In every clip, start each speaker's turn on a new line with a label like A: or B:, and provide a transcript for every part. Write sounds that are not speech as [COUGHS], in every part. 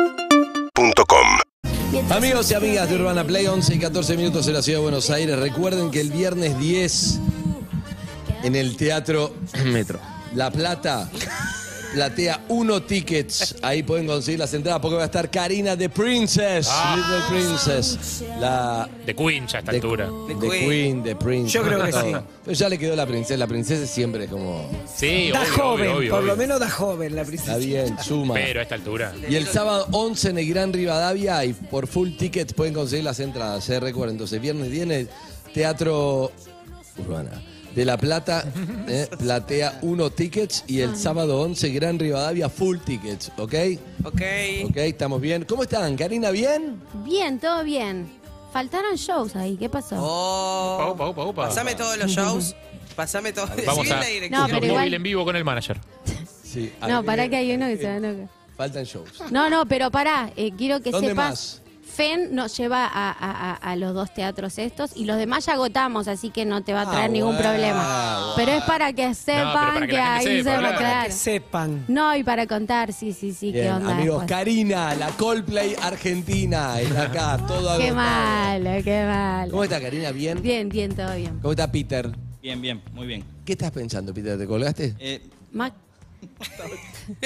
A: UrbanaPlayFM.com
B: Amigos y amigas de Urbana Play, 11 y 14 minutos en la ciudad de Buenos Aires. Recuerden que el viernes 10 en el Teatro Metro La Plata, platea uno tickets. Ahí pueden conseguir las entradas porque va a estar Karina de Princess,
C: Ah.
B: Little Princess, la
D: De Queen ya a esta
B: de-
D: altura.
B: de
C: The Queen.
B: Queen, de Princess.
C: Yo creo que sí.
B: Pero ya le quedó la princesa. La princesa siempre es como.
D: Sí,
C: Da
D: obvio,
C: joven,
D: obvio, obvio,
C: por lo
D: obvio.
C: menos da joven la
B: Está
C: princesa.
B: bien, suma.
D: Pero a esta altura.
B: Y el sábado 11 en el Gran Rivadavia y por full tickets pueden conseguir las entradas, se recuerden. Entonces, viernes viene Teatro Urbana de La
E: [LAUGHS]
B: Plata, eh, platea 1 tickets y
E: Ah.
B: el sábado 11 Gran Rivadavia full tickets, ¿ok?
C: Ok.
B: Ok, estamos bien. ¿Cómo están? Karina, ¿bien?
E: Bien, todo bien. Faltaron shows ahí, ¿qué pasó?
D: Opa,
C: Oh.
D: opa, opa, opa.
C: Pasame todos los shows. Pasame todo.
D: Vamos a
C: Decime la
E: No,
C: dirección.
D: un
E: pero
D: móvil
E: igual-
D: en vivo con el manager.
B: Sí.
E: no, pará que hay uno que se va a enojar.
B: Faltan shows.
E: No, no, pero pará, eh, quiero que
B: ¿Dónde
E: sepas. FEN nos lleva a, a- a- a los dos teatros estos y los demás ya agotamos, así que no te va a
B: Ah,
E: traer ningún
B: bueno.
E: problema. Pero es para que sepan
D: para que
E: que,
D: la gente
E: ahí se
D: sepa,
E: va a
D: claro.
C: Para
E: traer.
C: que sepan.
E: No, y para contar, sí, sí, sí, qué
B: Bien,
E: onda.
B: amigos,
E: después.
B: Karina, la Coldplay Argentina,
E: [LAUGHS]
B: está acá, todo
E: Qué
B: agotado.
E: malo, qué
B: ¿Cómo
E: malo.
B: está Karina? ¿Bien?
E: Bien, bien, todo bien.
B: ¿Cómo está Peter?
F: Bien, bien, muy bien.
B: ¿Qué estás pensando, Peter? ¿Te colgaste? [LAUGHS]
F: Eh,
E: Mac-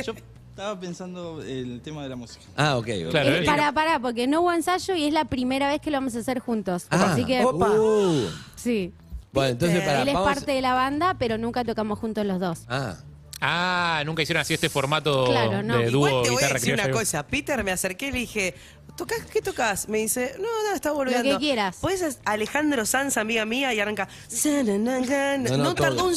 F: yo estaba pensando el tema de la música.
B: Ah, ok. ok.
D: Claro,
E: Eh,
D: eh.
E: pará, pará, porque no hubo ensayo y es la primera vez que lo vamos a hacer juntos.
B: Ah,
E: Así que,
C: Opa.
B: uh.
E: sí.
B: Bueno, entonces para
E: Él es parte de la banda, pero nunca tocamos juntos los dos.
B: Ah,
D: Ah, nunca hicieron así este formato
E: Claro, no.
D: de
C: Igual
D: dúo
C: te voy a
D: guitarra
C: decir una
D: criolla.
C: cosa. Peter me acerqué y le dije, ¿tocás, ¿qué tocas? Me dice, no, no, está volviendo.
E: que quieras.
C: Puedes Alejandro Sanz, amiga mía, y arranca.
B: No,
C: No,
B: no,
C: tardó
B: todo.
C: un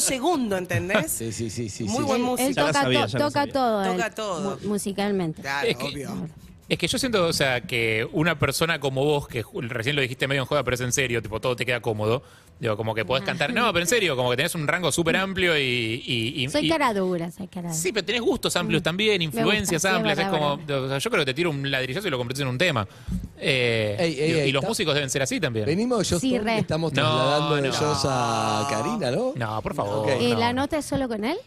D: [LAUGHS]
C: segundo, ¿entendés?
B: sí, sí, sí, sí.
C: Muy
B: sí.
C: buen
E: Él-
C: músico.
F: Oh,
E: Él
F: Ya lo
E: toca,
F: sabía,
E: to-
F: ya lo
E: toca
F: sabía.
E: todo.
C: Toca
E: él,
C: todo.
E: mu- musicalmente.
C: Claro,
D: Es que-
C: obvio.
D: Es que yo siento, o sea, que una persona como vos, que ju- recién lo dijiste medio en joda, pero es en serio, tipo, todo te queda cómodo. Digo, como que podés cantar. No, pero en serio, como que tenés un rango súper amplio y, y- y-
E: Soy
D: y-
E: cara dura, soy cara dura.
D: Sí, pero tenés gustos amplios también, influencias
E: Mm. gusta, sí,
D: amplias.
E: es
D: es como,
E: verdad,
D: o sea, yo creo que te tiro un ladrillazo y lo convertís en un tema. Eh,
B: Ey, ey,
D: y,
B: ey,
D: y los
B: está-
D: músicos deben ser así también.
B: Venimos de Joss
E: Sí,
B: Stone,
E: re.
B: que estamos
D: No,
B: trasladando de
D: no.
B: Joss a Karina, ¿no?
D: No, por favor.
B: Ok.
E: Eh,
D: no.
E: ¿La nota es solo con él?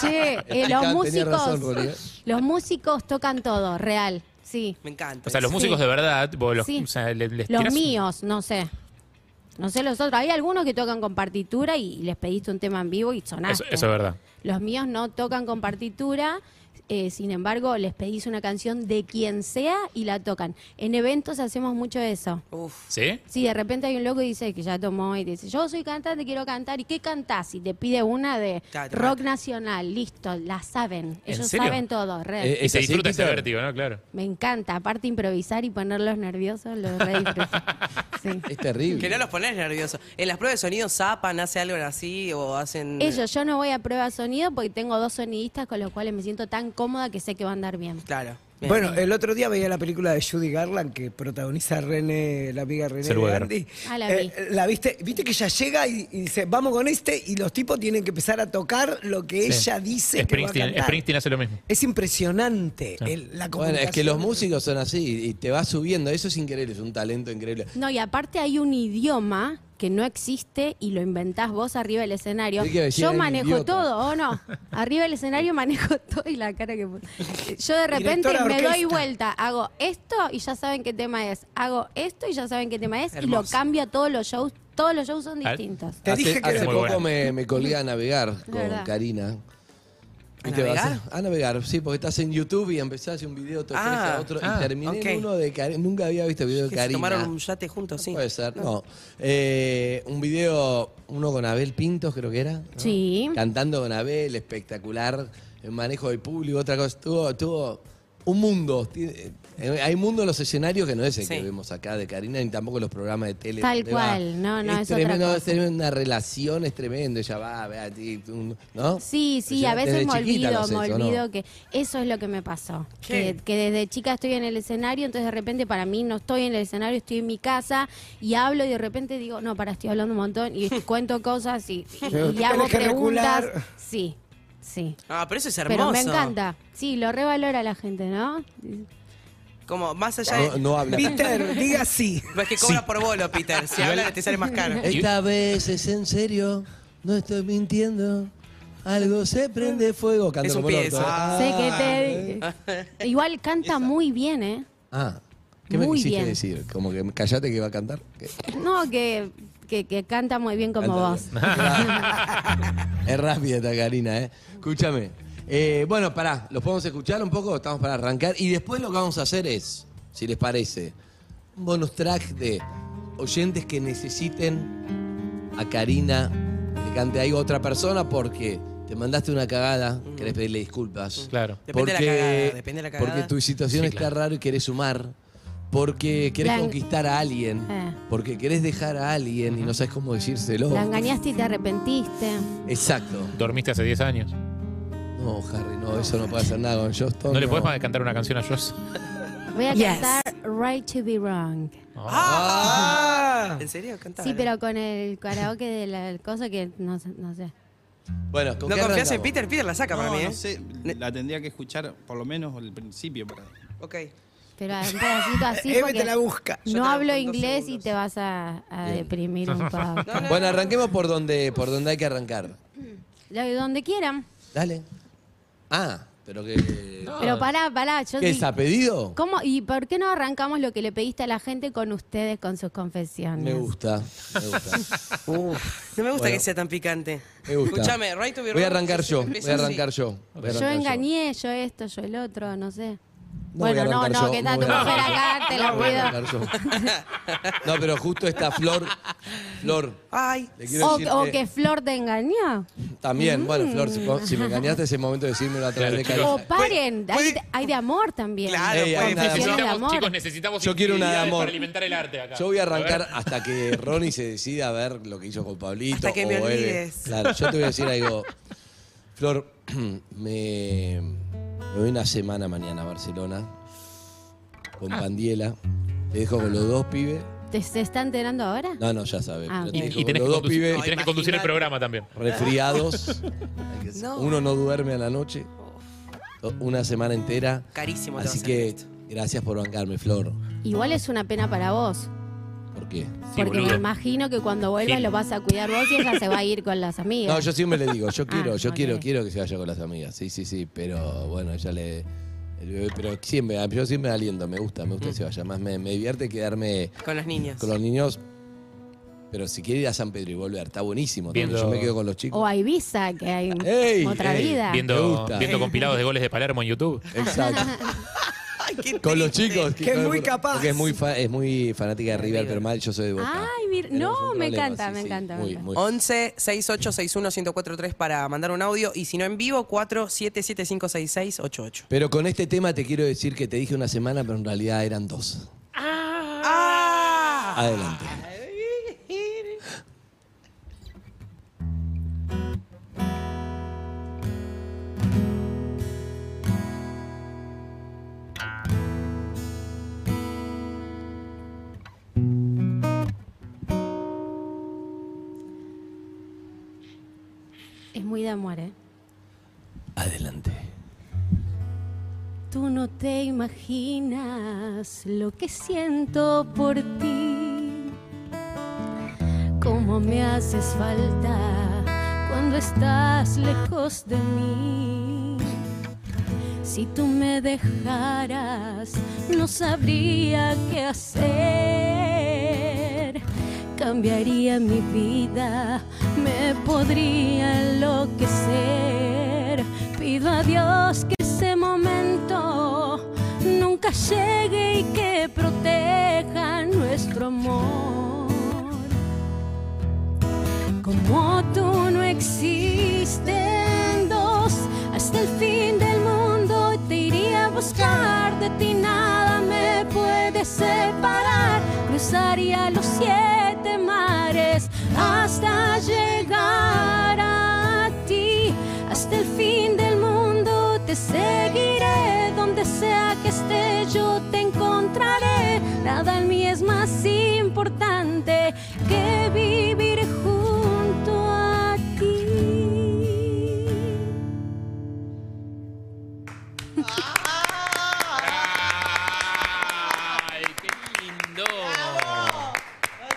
E: [LAUGHS] Che, eh,
B: Tenía
E: los músicos.
B: razón, Rodrigo.
E: los músicos tocan todo, real. Sí.
C: Me encanta.
D: O sea, los
E: Sí.
D: músicos de verdad, vos los,
E: Sí.
D: o sea, le- les
E: Los
D: tirás-
E: míos, no sé. No sé los otros. Hay algunos que tocan con partitura y les pediste un tema en vivo y
D: Eso,
E: sonaste.
D: eso es verdad.
E: Los míos no tocan con partitura, eh, sin embargo, les pedís una canción de quien sea y la tocan. En eventos hacemos mucho eso.
C: Uf.
D: ¿Sí?
E: Si de repente hay un loco que dice que ya tomó y dice, yo soy cantante, quiero cantar, ¿y qué cantás? Y te pide una de
C: Ya, te
E: rock
C: mata.
E: nacional, listo, la saben.
D: ¿En
E: Ellos
D: serio?
E: saben todo, re.
B: Eh,
D: Y se
B: así,
D: disfruta ese
B: Peter?
D: vértigo, ¿no? Claro.
E: Me encanta, aparte improvisar y ponerlos nerviosos, los re disfruto. Sí.
B: Es terrible.
C: Que no los pones nerviosos. En las pruebas de sonido zapan, hace algo así o hacen...
E: Ellos, yo no voy a prueba de sonido porque tengo dos sonidistas con los cuales me siento tan cómoda que sé que va a andar bien.
C: Claro. bien.
G: Bueno, el otro día veía la película de Judy Garland que protagoniza René, la amiga René
D: Zellweger.
G: Gandhi.
E: Ah, la vi.
G: la viste, viste que ella llega y, y dice, vamos con este, y los tipos tienen que empezar a tocar lo que ella dice que va a
D: Springsteen,
G: cantar.
D: Springsteen hace lo mismo.
G: Es impresionante el- la
B: Bueno, es que los
G: comunicación.
B: músicos son así y te va subiendo. Eso es increíble, es un talento increíble.
E: No, y aparte hay un idioma que no existe y lo inventás vos arriba del escenario.
B: Hay que decir,
E: Yo
B: hay un
E: manejo
B: idiota.
E: todo, ¿o no? Arriba del escenario manejo todo y la cara que... puse. Yo de repente
G: Directora de
E: me doy
G: orquesta.
E: vuelta, hago esto y ya saben qué tema es. Hago esto y ya saben qué tema es y lo
C: Hermoso.
E: cambio a todos los shows. Todos los shows son
D: A ver.
E: distintos.
G: Te
B: hace
G: dije que
B: hace
G: era
D: muy
B: poco
D: buena.
B: me, me colgué a navegar con
E: verdad.
B: Karina.
C: ¿A
B: ¿Viste? Vas
C: navegar?
B: A, a navegar, sí, porque estás en YouTube y empezás un video, te
C: Ah,
B: a otro
D: ah,
B: y terminé
C: ok.
B: en uno de Karina. Nunca había visto video de
C: Que se
B: Karina.
C: tomaron un yate juntos, sí.
B: Puede ser, no. Eh, un video, uno con Abel Pintos, creo que era. ¿no?
E: Sí.
B: Cantando con Abel, espectacular. El manejo del público, otra cosa. Tuvo, tuvo un mundo. Tiene- eh, Hay mundo en los escenarios que no es el que
C: Sí.
B: vemos acá de Karina, ni tampoco los programas de tele.
E: Tal
B: donde va.
E: cual, no, no, es otra
B: tremendo,
E: cosa.
B: Es tremendo, una relación, es tremendo. Ella va, ve a ti, tú, ¿no?
E: Sí, sí, a
B: Impresionante.
E: veces me
B: Desde chiquita
E: olvido,
B: lo has
E: me
B: hecho, ¿no?
E: olvido que eso es lo que me pasó.
C: ¿Qué?
E: Que, que desde chica estoy en el escenario, entonces de repente para mí no estoy en el escenario, estoy en mi casa y hablo y de repente digo, no, para, estoy hablando un montón
G: [LAUGHS]
E: y cuento cosas y, y-
G: Pero
E: y
G: te
E: hago
G: tenés que
E: preguntas.
G: regular.
E: Sí, sí.
C: Ah, pero eso es hermoso.
E: Pero me encanta. Sí, lo revalora la gente, ¿no?
C: Como más allá de...
B: No, no habla.
G: Peter, diga sí.
C: Es que cobra por bolo, Peter. Si habla, te sale más caro.
B: Esta vez es en serio, no estoy mintiendo. Algo se prende fuego. Canta
C: Es un
B: como el
C: pie,
B: orto,
C: eso.
B: ¿eh?
H: Sé que te... Igual canta muy bien, ¿eh?
B: Ah, ¿qué me
H: Muy
B: quisiste
H: bien.
B: decir? Como que callate que va a cantar. ¿Qué?
H: No, que, que, que canta muy bien como
B: Canta
H: vos.
B: bien. [LAUGHS] es rápida esta Karina, ¿eh? Escúchame. Eh, bueno, pará, ¿los podemos escuchar un poco? Estamos para arrancar. Y después lo que vamos a hacer es, si les parece, un bonus track de oyentes que necesiten a Karina que cante ahí otra persona porque te mandaste una cagada, querés pedirle disculpas.
D: Mm. Claro.
C: Depende de la cagada, depende de la cagada.
B: Porque tu situación
D: Sí,
B: está
D: claro.
B: raro y querés sumar. Porque querés
H: La-
B: conquistar a alguien.
H: Eh.
B: Porque querés dejar a alguien y no sabes cómo decírselo.
H: La engañaste y te arrepentiste.
B: Exacto.
D: Dormiste hace 10 años.
B: No, Harry, no, eso no puede hacer nada con Johnston.
D: ¿No le podés más cantar una canción a Joss?
H: Voy a
C: Yes.
H: cantar Right to be Wrong.
C: ¡Ah! ¿En serio? Cantaba.
H: Sí, pero con el karaoke de la cosa que no, sé- no sé.
B: Bueno, ¿con
C: ¿No
B: qué
C: confías en
B: arrancamos?
C: Peter? Peter la saca para
F: No,
C: mí, ¿eh?
F: no sé, la tendría que escuchar por lo menos al principio. Para...
C: Ok.
H: Pero un pedacito así.
G: Eve
H: porque
G: te la busca.
C: Yo
H: No
C: te la
H: hablo
C: pongo en dos
H: inglés y
C: segundos.
H: te vas a, a deprimir
B: [LAUGHS]
H: un poco.
C: No, no,
B: Bueno,
C: no.
B: arranquemos por donde, por donde hay que arrancar.
H: Lo- Donde quieran.
B: Dale. Ah, pero que.
H: Pero pará, pará. Yo
B: ¿Qué
H: di-
B: es a pedido?
H: ¿Cómo? ¿Y por qué no arrancamos lo que le pediste a la gente con ustedes, con sus confesiones?
B: Me gusta, me gusta.
C: No me gusta
B: Bueno.
C: que sea tan picante.
B: Me gusta.
C: Escúchame, right to be
B: Voy a
C: wrong,
B: arrancar
C: sí,
B: yo,
C: sí,
B: voy a arrancar
C: sí.
B: yo. voy a
H: Yo
B: arrancar
H: engañé, yo esto, yo el otro, no sé.
B: voy a
H: bueno, no,
B: arrancar
H: no,
B: yo,
H: que está
B: no
H: tu
B: voy a
H: mujer
B: arrancar.
H: acá, te
B: No,
H: lo
B: voy a
H: pido.
B: arrancar yo. No, pero justo esta flor. Flor.
C: Ay,
B: Le quiero
H: O,
B: decir
H: o
B: que-
H: que Flor te engañó.
B: También, bueno, Flor, si,
C: Mm.
B: si me engañaste ese momento de decírmelo a través de
H: O
B: Karina.
H: paren, hay, de- hay de amor también.
C: Claro,
B: Ey, hay una-
H: Confesiones de
D: Necesitamos,
H: amor.
D: chicos, necesitamos
B: Yo quiero una de
D: infidelidades
B: amor.
D: para alimentar el arte acá.
B: Yo voy a
D: ver.
B: arrancar hasta que Ronnie se decida a ver lo que hizo con Pablito.
C: Hasta que me
B: o él.
C: olvides.
B: Claro, yo te voy a decir algo. Flor, [CLEARS THROAT] me, me voy una semana mañana a Barcelona con
C: Ah.
B: Pandiela. Te dejo con los dos pibes.
H: ¿Te, ¿Se está enterando ahora?
B: No, no, ya sabes.
H: Ah, ok.
B: pero te dejo
D: Y, y
B: con
D: tenés, que
B: los dos
D: conducir,
B: pibes
D: y tenés que conducir el programa también.
B: resfriados.
C: [LAUGHS] No.
B: Uno no duerme a la noche. Una semana entera.
C: Carísimo te va a
B: Así
C: salir
B: que
C: esto.
B: gracias por bancarme, Flor.
H: Igual es una pena para vos.
B: ¿Por qué?
D: Sí,
H: porque
D: boludo.
H: me imagino que cuando vuelvas
D: Sí.
H: lo vas a cuidar vos y ella se va a ir con las amigas.
B: No, yo siempre le digo, yo
H: [LAUGHS] Ah,
B: quiero, yo
H: ok.
B: quiero, quiero que se vaya con las amigas. Sí, sí, sí, pero bueno, ella le. el bebé- Pero siempre, yo siempre aliento, me gusta, me gusta que se vaya. Más me, me divierte quedarme
C: Con las niñas.
B: con los niños. Pero si quiere ir a San Pedro y volver, está buenísimo. también.
D: Viendo-
B: Yo me quedo con los
H: O
B: chicos.
H: a Ibiza, que hay
B: Ey,
H: otra
B: ey,
H: vida.
B: Me
D: Viendo,
B: gusta.
D: viendo compilados de goles de Palermo en YouTube.
H: [LAUGHS]
B: Exacto.
C: Ay, qué
B: Con los
C: triste.
B: chicos.
G: Que es
B: con-
G: muy capaz.
B: Porque es muy, fa- es muy fanática de River, pero mal, yo soy de Boca.
H: Ay, mir-
B: Tenemos
H: no,
B: un
H: me
B: problema,
H: encanta, me encanta, me
B: muy,
H: encanta.
B: muy.
C: 11 68 61 1043 para mandar un audio y si no en vivo 47756688.
B: Pero con este tema te quiero decir que te dije una semana, pero en realidad eran dos.
C: Ah.
B: Adelante.
H: Es muy de amor, ¿eh?
B: Adelante.
H: Tú no te imaginas lo que siento por ti, cómo me haces falta cuando estás lejos de mí. Si tú me dejaras, no sabría qué hacer. Cambiaría mi vida, me podría enloquecer. Pido a Dios que ese momento nunca llegue y que proteja nuestro amor como tú no existen dos, hasta el fin del mundo te iría a buscar, de ti nada me puede separar, cruzaría los siete mares hasta llegar a ti, hasta el fin del mundo te seguiré, donde sea que esté yo te encontraré, nada en mí es más importante que vivir junto a ti.
D: ¡Ay, qué lindo!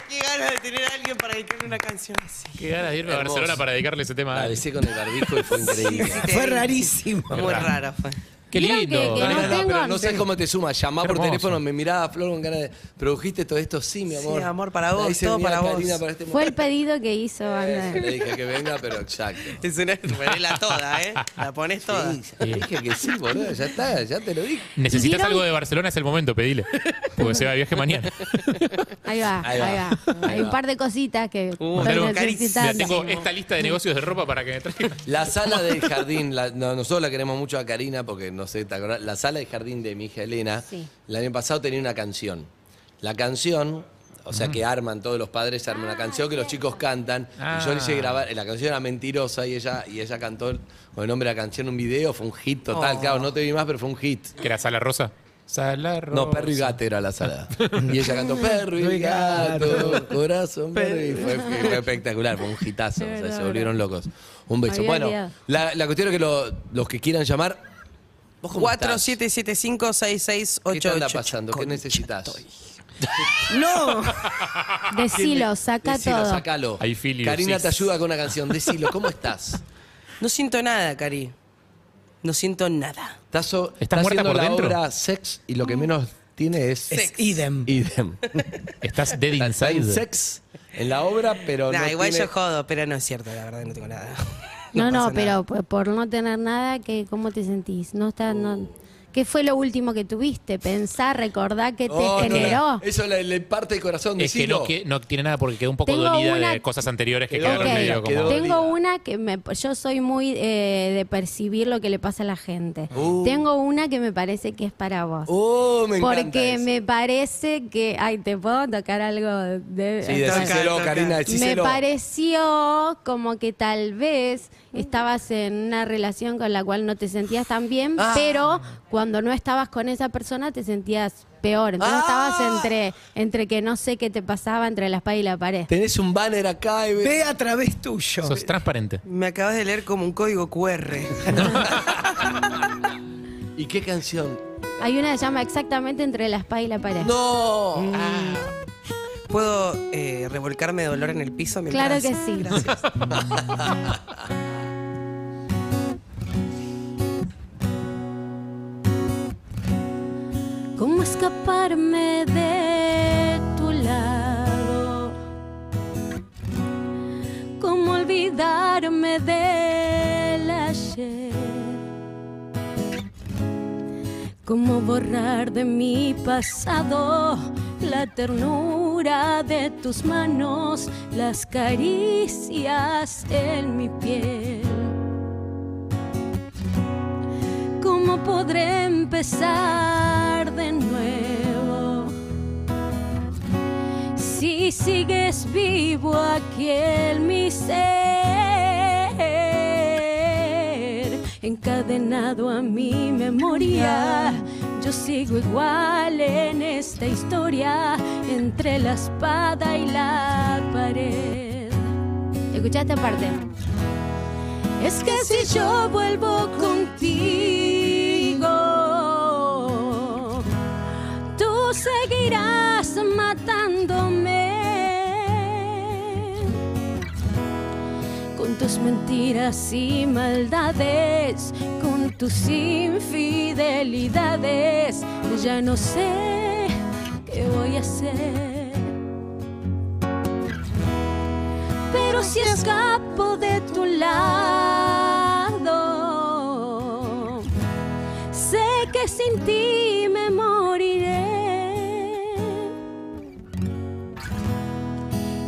C: Qué ganas de tener a alguien para dedicarle una canción así.
D: [LAUGHS] Qué ganas de irme a
B: Hermoso.
D: Barcelona para dedicarle ese tema. a
B: La
D: alguien.
B: besé con el barbijo y fue increíble.
C: Sí, te
G: Fue
C: digo.
G: rarísimo.
C: Muy rara fue.
D: Qué
H: Vieron
D: lindo.
H: que- que
D: Dale,
H: no
B: No,
D: dale.
H: tengo
B: pero no
H: antes.
B: sabes cómo te suma. Llamá
D: Qué
B: por
D: hermoso.
B: teléfono, me miraba Flor con ganas de. ¿Produjiste todo esto? Sí, mi amor.
C: Sí, amor, para
B: Le
C: vos,
B: hice
C: todo
B: venir a
C: para vos.
B: Karina para este
H: Fue el
B: momento.
H: pedido que hizo Ana.
B: Le dije que venga, pero exacto.
C: Es [LAUGHS] una revela toda, ¿eh? La pones toda.
B: Sí, ya te dije que sí, boludo. Ya está, ya te lo dije.
D: Necesitas
H: ¿Vieron?
D: algo de Barcelona, es el momento, pedile. Porque se va de viaje [LAUGHS] mañana.
H: Ahí va, ahí
B: Ahí va,
H: va. Hay
B: ahí
H: un
B: va.
H: par de cositas que
C: Uh,
H: estoy
C: algo
D: Mira,
H: necesitando.
D: tengo esta lista de negocios de ropa para que me [LAUGHS] traigan.
B: La sala del jardín, la- no, nosotros la queremos mucho a Karina porque no sé, ¿te acordás? La sala del jardín de mi hija Elena,
H: Sí.
B: el año pasado tenía una canción. La canción, o sea que arman todos los padres, arman una canción que los chicos cantan. Y yo le hice
D: Ah.
B: grabar, la canción era mentirosa y ella, y ella cantó el- con el nombre de la canción un video, fue un hit total,
C: Oh.
B: claro, no te vi más, pero fue un hit.
D: ¿Que era Sala Rosa? Sala Rosa.
B: No, perro y gato era la sala. Y ella cantó perro y gato, corazón, perro. Y fue, fue espectacular, fue un hitazo. o sea,
H: Verdad,
B: se volvieron locos. Un beso.
H: Había
B: Bueno,
H: olvidado.
B: la, la cuestión es que lo- los que quieran llamar. ¿Vos cómo estás? ¿Qué te anda
C: 4775-6688.
B: pasando? ¿Qué necesitas?
G: No.
B: [LAUGHS]
H: Decilo, saca
B: Decilo,
H: todo.
B: sacalo.
D: I feel you,
B: Karina
D: sis.
B: te ayuda con una canción. Decilo, ¿cómo estás?
C: No siento nada, Cari. No siento nada.
B: Estás, so-
D: ¿Estás
B: está
D: muerta
B: haciendo
D: por
B: la
D: dentro?
B: obra Sex y lo que menos tiene es.
G: Es idem.
B: Idem.
D: Estás dead
B: Está
D: [LAUGHS]
B: en
D: inside.
B: sex en la obra, pero
C: Nah,
B: no
C: igual
B: tiene-
C: yo jodo, pero no es cierto, la verdad, que no tengo nada.
H: [LAUGHS] No, no,
C: pasa
H: pero
C: nada.
H: por, por no tener nada, ¿qué, ¿cómo te sentís? No está,
B: Uh.
H: no, ¿Qué fue lo último que tuviste? Pensar, recordar qué te
B: Oh, no,
H: generó.
B: no. Eso le, le parte el corazón.
D: Es que no,
B: decilo.
D: que- no tiene nada porque quedó un poco
H: Tengo
D: dolida
H: una-
D: de cosas anteriores que
B: Ok.
D: quedaron medio
B: Ok.
D: como.
B: Quedó-
H: Tengo
B: dolida.
H: una que me, yo soy muy eh, de percibir lo que le pasa a la gente.
B: Uh.
H: Tengo una que me parece que es para vos.
B: Oh, me encanta.
H: porque
B: eso.
H: me parece que, ay, te puedo tocar algo de...
B: Sí,
H: Ay,
B: decíselo,
C: Toca, toca.
B: Karina, decíselo.
H: Me pareció como que tal vez estabas en una relación con la cual no te sentías tan bien, pero cuando no estabas con esa persona te sentías peor. Entonces estabas entre, entre que no sé qué te pasaba entre la espada y la pared.
B: Tenés un banner acá y ve-
G: Ve a través tuyo.
D: Sos transparente.
C: Me acabas de leer como un código QR.
B: ¿Y qué canción?
H: Hay una que se llama exactamente entre la espada y la pared.
B: ¡No!
H: Mm.
B: Ah,
C: ¿Puedo eh, revolcarme de dolor en el piso
H: Claro
C: mientras?
H: que sí.
C: Gracias.
H: ¿Cómo escaparme de tu lado? ¿Cómo olvidarme del ayer? ¿Cómo borrar de mi pasado la ternura de tus manos, las caricias en mi piel? ¿Cómo podré empezar de nuevo? Si sigues vivo aquí en mi ser, encadenado a mi memoria, yo sigo igual en esta historia, entre la espada y la pared. ¿Escuchaste parte? Es que si yo vuelvo contigo, tú seguirás matándome con tus mentiras y maldades, con tus infidelidades. Ya no sé qué voy a hacer. Pero si escapo de tu lado, sé que sin ti me moriré.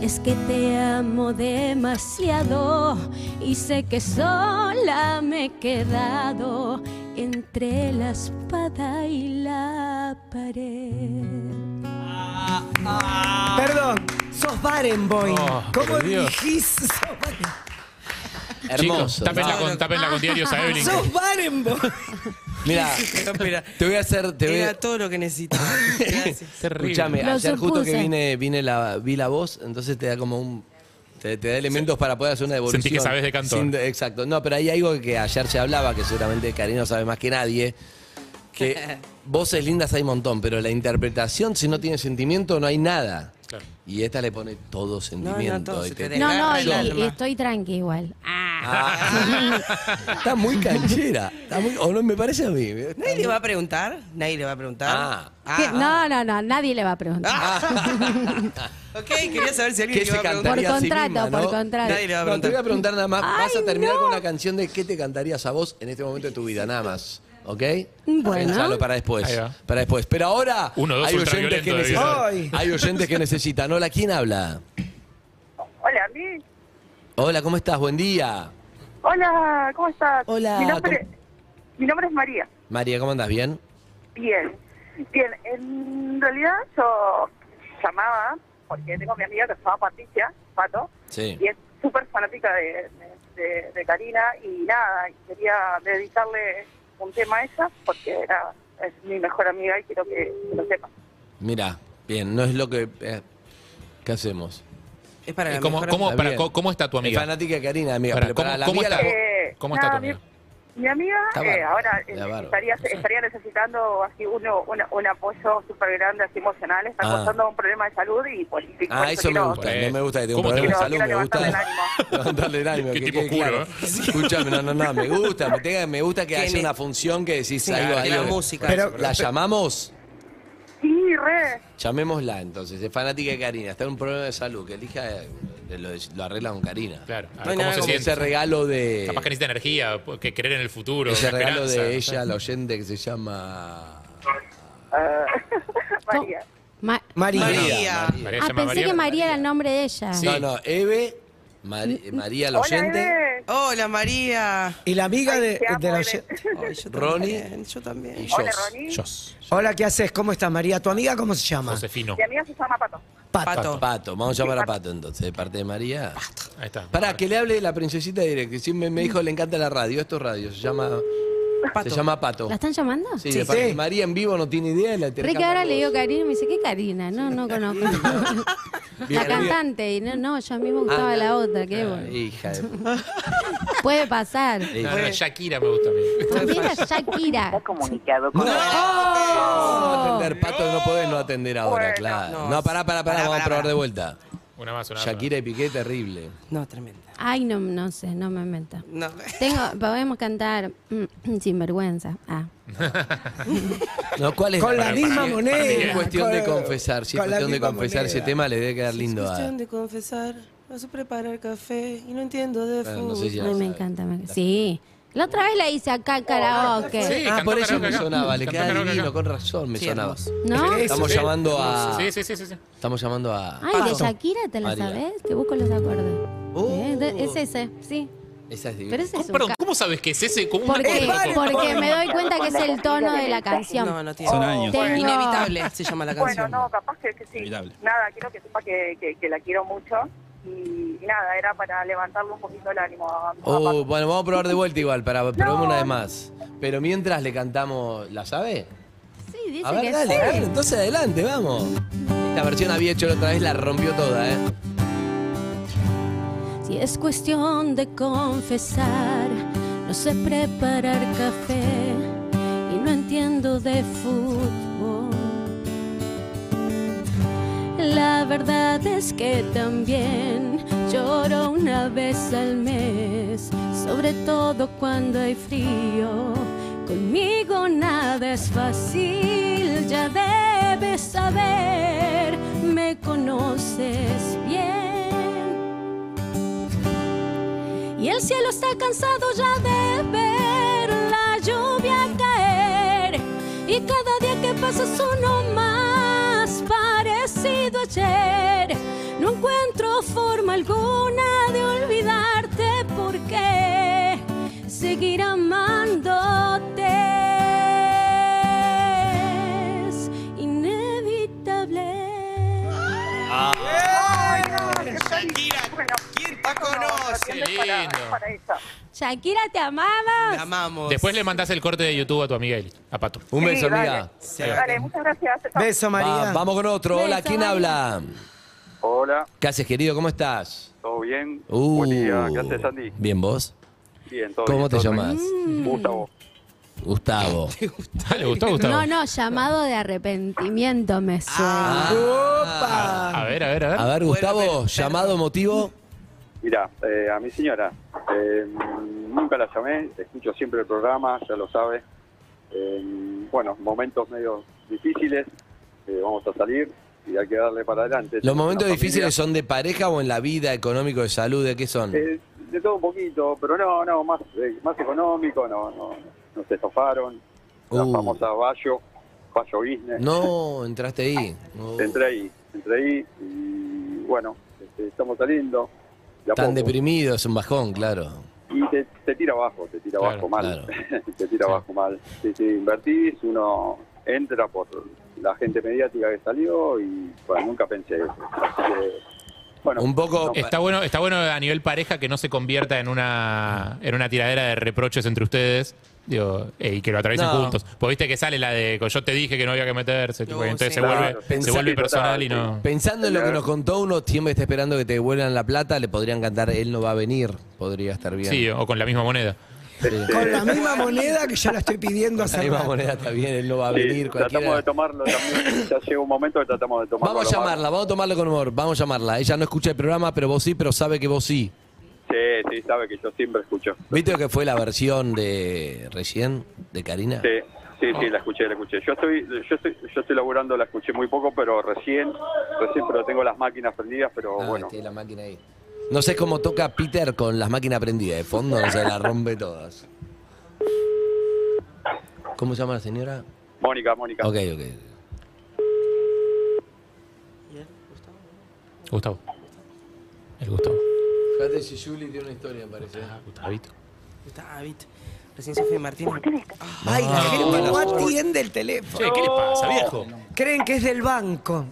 H: Es que te amo demasiado y sé que sola me he quedado entre la espada y la pared.
G: Perdón. Sos Barenboim.
D: Oh,
G: ¿Cómo
D: por Dios.
G: dijiste? Sos Barenboim.
D: Chicos,
B: Hermoso.
D: tápenla con, tápenla con diarios a Evelyn.
G: Sos Barenboim.
C: [LAUGHS]
B: Mira,
C: Espera,
B: te voy a hacer. Te voy
C: Era
B: a...
C: todo lo que necesitaba. Gracias.
D: [LAUGHS] Terrible.
B: Escuchame,
H: Lo
B: ayer justo que
H: supuse.
B: vine, vine la, vi la voz, entonces te da como un. Te, te da elementos para poder hacer una devolución.
D: Sentí que sabés de cantor.
B: Sin- exacto. No, pero hay algo que ayer se hablaba, que seguramente Karina sabe más que nadie. Que voces lindas hay un montón, pero la interpretación, si no tiene sentimiento, no hay nada.
D: Claro.
B: Y esta le pone todo sentimiento.
C: todo
B: y
C: se
B: te-
C: te
H: No, no,
C: desgarra
H: y,
C: el
H: y
C: alma.
H: estoy tranqui igual. Ah.
B: Está muy canchera. Está muy, o no me parece a
C: [LAUGHS]
B: mí.
C: [LAUGHS]
B: Está
C: Nadie
B: muy-
C: le va a preguntar. Nadie le va a preguntar.
B: Ah.
H: Que- No, no, no, nadie le va a preguntar.
C: Ok, quería saber si alguien
B: ¿Qué
C: le iba
B: se
C: a preguntar.
H: cantaría?
B: cantaría a sí
H: contrato,
B: misma,
H: por
B: ¿no?
H: contrato.
C: Nadie le va a
B: No, te voy
C: preguntar.
B: a preguntar nada más. Vas a
H: Ay,
B: terminar
H: no.
B: con una canción de qué te cantarías a vos en este momento de tu vida, nada más. ¿Ok?
H: Bueno.
B: Pensalo para después.
D: Ahí va.
B: Para después. Pero ahora
D: Uno, dos,
B: hay, oyentes que
D: ultraviolento debió
B: necesitan-
G: ser.
B: hay
H: [LAUGHS]
B: oyentes que necesitan. Hola, ¿quién habla?
I: Hola, a mí.
B: Hola, ¿cómo estás? Buen día.
I: Hola, ¿cómo estás?
B: Hola,
I: Mi nombre,
B: ¿cómo-
I: mi nombre es María.
B: María, ¿cómo andas? ¿Bien?
I: Bien. Bien, en realidad yo llamaba porque tengo a mi amiga que se llama Patricia, Pato,
B: Sí.
I: y es súper fanática de, de, de Karina y nada, y quería dedicarle un tema a ella porque nada, es mi mejor amiga y quiero que lo sepa.
B: Mira, bien, no es lo que... eh, ¿Qué hacemos?
C: Es para la
D: ¿Cómo,
C: mejor
D: cómo-
C: amiga.
B: Está
D: para,
B: bien.
D: co- ¿Cómo está tu
B: Es
D: amiga?
B: fanática de Karina, amiga.
D: Pará,
B: pero
D: ¿cómo-
B: para la
D: cómo
B: amiga
D: está?
B: la-
I: Eh,
D: ¿Cómo está tu
I: nada,
D: amiga?
I: Mi amiga
B: Está
I: eh,
B: bárbaro,
I: ahora eh,
B: está bárbaro.
I: estaría, estaría necesitando así uno, una- un apoyo súper grande, así emocional. Está
B: Ah.
I: pasando un problema de salud y por, y por
B: Ah, eso me
I: quiero-
B: gusta.
D: Bueno.
B: No me gusta que tenga un
D: ¿Cómo te
B: problema de
I: gusta?
B: salud. Me
I: Quiero
B: [LAUGHS]
I: levantarle
B: gusta levantarle el ánimo.
D: Qué
B: que
D: tipo
B: quede
D: oscuro,
B: claro. Escúchame, no, no, no. Me gusta. Me, tenga- me gusta que
C: Que
B: haya
C: le-
B: una función que decís
C: Sí,
B: algo.
C: que la
B: algo-
C: música.
G: Pero-
B: ¿La llamamos?
I: Sí, re.
B: Llamémosla entonces. Es fanática de Karina. Está en un problema de salud. Que elija. eh, Lo, lo arregla con Karina.
D: Claro. A ver,
C: No hay
D: ¿Cómo
C: nada
D: se
B: Como
C: como
B: ese
D: siente?
B: regalo de.
D: Capaz que necesita energía, que creer en el futuro.
B: Eh, ese
D: una
B: regalo de
D: esperanza.
B: ella, la oyente que se llama.
I: Eh, María.
H: Ma-
G: María.
C: María.
D: María, se
H: ah,
D: llama
H: pensé
D: María.
H: que María era el nombre de ella.
D: Sí.
B: No, no. Eve. Mari- María, la
I: Hola,
B: oyente.
I: Eve.
C: Hola, María.
G: Y la amiga
I: Ay,
G: de,
I: te amo,
G: de la
I: Eve.
G: oyen-
C: Ay, yo
B: Ronnie.
C: también, Yo
B: Y
C: también.
B: yo.
I: Hola, Ronnie.
G: Hola, ¿qué haces? ¿Cómo estás, María? ¿Tu amiga cómo se llama?
D: Josefino.
I: Mi amiga se llama Pato.
C: Pato.
B: Pato, vamos a llamar a Pato entonces, de parte de María.
D: Ahí está.
B: Para que le hable de la princesita directa. Sí, me, me dijo, le encanta la radio. Esto es radio, se llama Pato. Se llama Pato.
H: ¿La están llamando?
B: Sí,
G: Sí,
B: de parte
G: sí.
B: de María en vivo no tiene idea. La
H: Re que ahora le digo Karina y me dice, ¿qué Karina? No, no conozco.
B: Bien,
H: la
B: bien.
H: cantante. Y no, no, yo a mí me gustaba la otra. Qué
B: Ah,
H: bueno.
B: Hija
H: [LAUGHS]
B: de...
H: Puede pasar.
B: eh,
D: No, no, Shakira me gusta a mí.
H: También era Shakira.
I: comunicado
B: No, no atender, Pato, no podés no atender ahora,
I: Bueno,
B: claro.
C: no.
B: No, pará, pará, pará,
C: Pará, pará,
B: vamos a probar
C: pará.
B: de vuelta.
D: Una más, una más.
B: Shakira y Piqué, terrible.
C: No, tremenda.
H: Ay, no, no sé, no me menta.
C: No.
H: Tengo, podemos cantar mm, [CLEARS THROAT] sin vergüenza. Ah.
B: No, ¿cuál es
G: Con la misma
B: para mí-
G: moneda.
B: para mí Es cuestión de
G: Con-
B: confesar, si es
G: con la
B: cuestión de
G: misma
B: confesar ese
G: moneda.
B: tema, le debe quedar
C: Es
B: lindo ah. eh. a...
C: cuestión de confesar. Vas a preparar café y no entiendo de
B: Bueno,
C: fútbol.
B: no sé si-
H: Ay, me encanta. me- Sí. La otra vez la hice acá en karaoke.
D: Sí,
B: Ah,
D: cantó
B: por eso
D: karaoke
B: me
D: acá.
B: sonaba, le
D: Cantó
B: queda
D: karaoke
B: divino,
D: acá.
B: con razón me
C: Sí,
B: sonaba.
C: hermoso.
H: ¿no?
G: Eso,
B: Estamos
D: sí.
B: llamando a...
D: Sí, sí, sí, sí. sí.
B: Estamos llamando a...
H: Ay, de Shakira te la
B: María.
H: sabes. Te busco los acordes.
B: Oh.
H: Eh, de- Es ese, sí.
B: Esa es divina.
H: Pero ese es un
D: Perdón,
H: ca-
D: ¿cómo sabes que es ese? Como una [LAUGHS]
H: porque,
D: cosa de-
H: porque me doy cuenta que es el tono de la canción.
C: No, no tiene.
F: Son años.
H: Tengo-
C: Inevitable se llama la
I: Bueno,
C: canción.
I: no, capaz que, que sí.
F: Inevitable.
I: Nada, quiero que sepa que, que, que la quiero mucho. Y, y nada, era para levantarle un poquito el ánimo a, a Pato.
B: Oh, bueno, vamos a probar de vuelta
H: [LAUGHS]
B: igual, para probemos una de más. Pero mientras le cantamos, ¿la sabe?
H: Sí, dice
B: A ver,
H: que
B: dale,
H: sí.
B: a ver, entonces adelante, vamos. Esta versión había hecho la otra vez, la rompió toda, ¿eh?
H: Si es cuestión de confesar, no sé preparar café y no entiendo de fútbol. La verdad es que también lloro una vez al mes, sobre todo cuando hay frío. Conmigo nada es fácil, ya debes saber, me conoces bien. Y el cielo está cansado ya de ver la lluvia caer. Y cada día que pasa es uno más parecido a ayer. No encuentro forma alguna de olvidarte porque seguir amándote es inevitable.
I: Bueno,
C: ¿Quién la
I: es
C: conoce?
I: para,
D: lindo.
I: es para eso.
H: Shakira, te amamos.
C: La amamos.
D: Después le mandás el corte de YouTube a tu amiga Eli, a Pato. [LAUGHS]
B: Un beso,
I: Sí, dale.
B: amiga.
I: Dale, muchas gracias. Chao.
G: Beso, María.
B: Va- vamos con otro.
H: Beso,
B: Hola, ¿quién
H: María.
B: habla?
J: Hola,
B: ¿Qué haces, querido? ¿Cómo estás?
J: ¿todo bien?
B: Uh,
J: Buen día, ¿qué haces, Sandy?
B: Bien, ¿vos?
J: Bien, todo
B: ¿Cómo
J: bien,
B: te
J: todo
B: llamas?
J: tranquilo. Gustavo. [LAUGHS]
B: Gustavo.
D: Ah, ¿Le gustó, Gustavo?
H: No, no, llamado de arrepentimiento
D: Ah,
H: me suena.
G: ¡Opa!
D: A ver, a ver, a ver.
B: A ver, Gustavo, llamado motivo.
J: Mira, eh, a mi señora, eh, nunca la llamé, escucho siempre el programa, ya lo sabe. Eh, bueno, momentos medio difíciles, eh, vamos a salir y hay que darle para adelante.
B: ¿Los momentos
J: La familia,
B: difíciles son de pareja o en la vida, económico, de salud? ¿De qué son?
J: eh, de todo un poquito, pero no, no, más, eh, más económico, no, no, nos estofaron. La
B: Uh.
J: famosa Bayo, Bayo Business.
B: No, entraste ahí. No.
J: Entré ahí, entré ahí y bueno, este, estamos saliendo. de a
B: Tan
J: poco.
B: deprimido, es un bajón, claro.
J: Y te, te tira abajo, te tira
D: Claro,
J: abajo mal. [LAUGHS] te tira
D: Sí.
J: abajo mal. Si invertís, uno entra por la gente mediática que salió y bueno, nunca pensé eso. Así que, bueno,
B: Un poco- eh,
J: no,
D: Está bueno, está bueno a nivel pareja que no se convierta en una, en una tiradera de reproches entre ustedes digo, eh, y que lo atraviesen
B: No.
D: juntos. Pues viste que sale la de yo te dije que no había que meterse, tipo,
C: No,
D: y entonces
C: sí.
D: se, vuelve,
J: Claro,
D: se
B: pensá- eh,
D: vuelve personal
J: total,
D: y no.
B: Pensando en lo que nos contó uno, siempre está esperando que te devuelvan la plata, le podrían cantar Él no va a venir, podría estar bien. [LAUGHS]
D: Sí, o con la misma moneda.
J: este,
G: Con la misma moneda que yo la estoy pidiendo
B: La
G: hace
B: misma
G: rato.
B: moneda está bien, Él no va a
J: sí,
B: venir,
J: tratamos
B: cualquiera.
J: de tomarlo también. ya llega un momento que tratamos de tomarlo.
B: Vamos a
J: lo más-
B: llamarla, vamos a tomarla con humor, vamos a llamarla. Ella no escucha el programa, pero vos sí, pero sabe que vos sí.
J: Sí, sí, sabe que yo siempre escucho.
B: ¿Viste lo que fue la versión de recién, de Karina?
J: Sí, sí, sí, la escuché, la escuché. Yo estoy, yo estoy, yo estoy laburando, la escuché muy poco, pero recién, recién, pero tengo las máquinas prendidas, pero
B: Ah,
J: bueno.
B: tiene la máquina ahí. No sé cómo toca Peter con las máquinas prendidas. De fondo no se la rompe todas. ¿Cómo se llama la señora?
J: Mónica, Mónica.
B: Ok, ok.
D: Gustavo. El Gustavo.
B: Fíjate si Julie tiene una historia, me parece.
D: Gustavito.
C: Está, ah, ¿viste? Recién Sofía Ah, Martínez.
G: Ay, la gente no atiende el teléfono.
D: Che, ¿qué le pasa, viejo?
G: Creen que es del banco.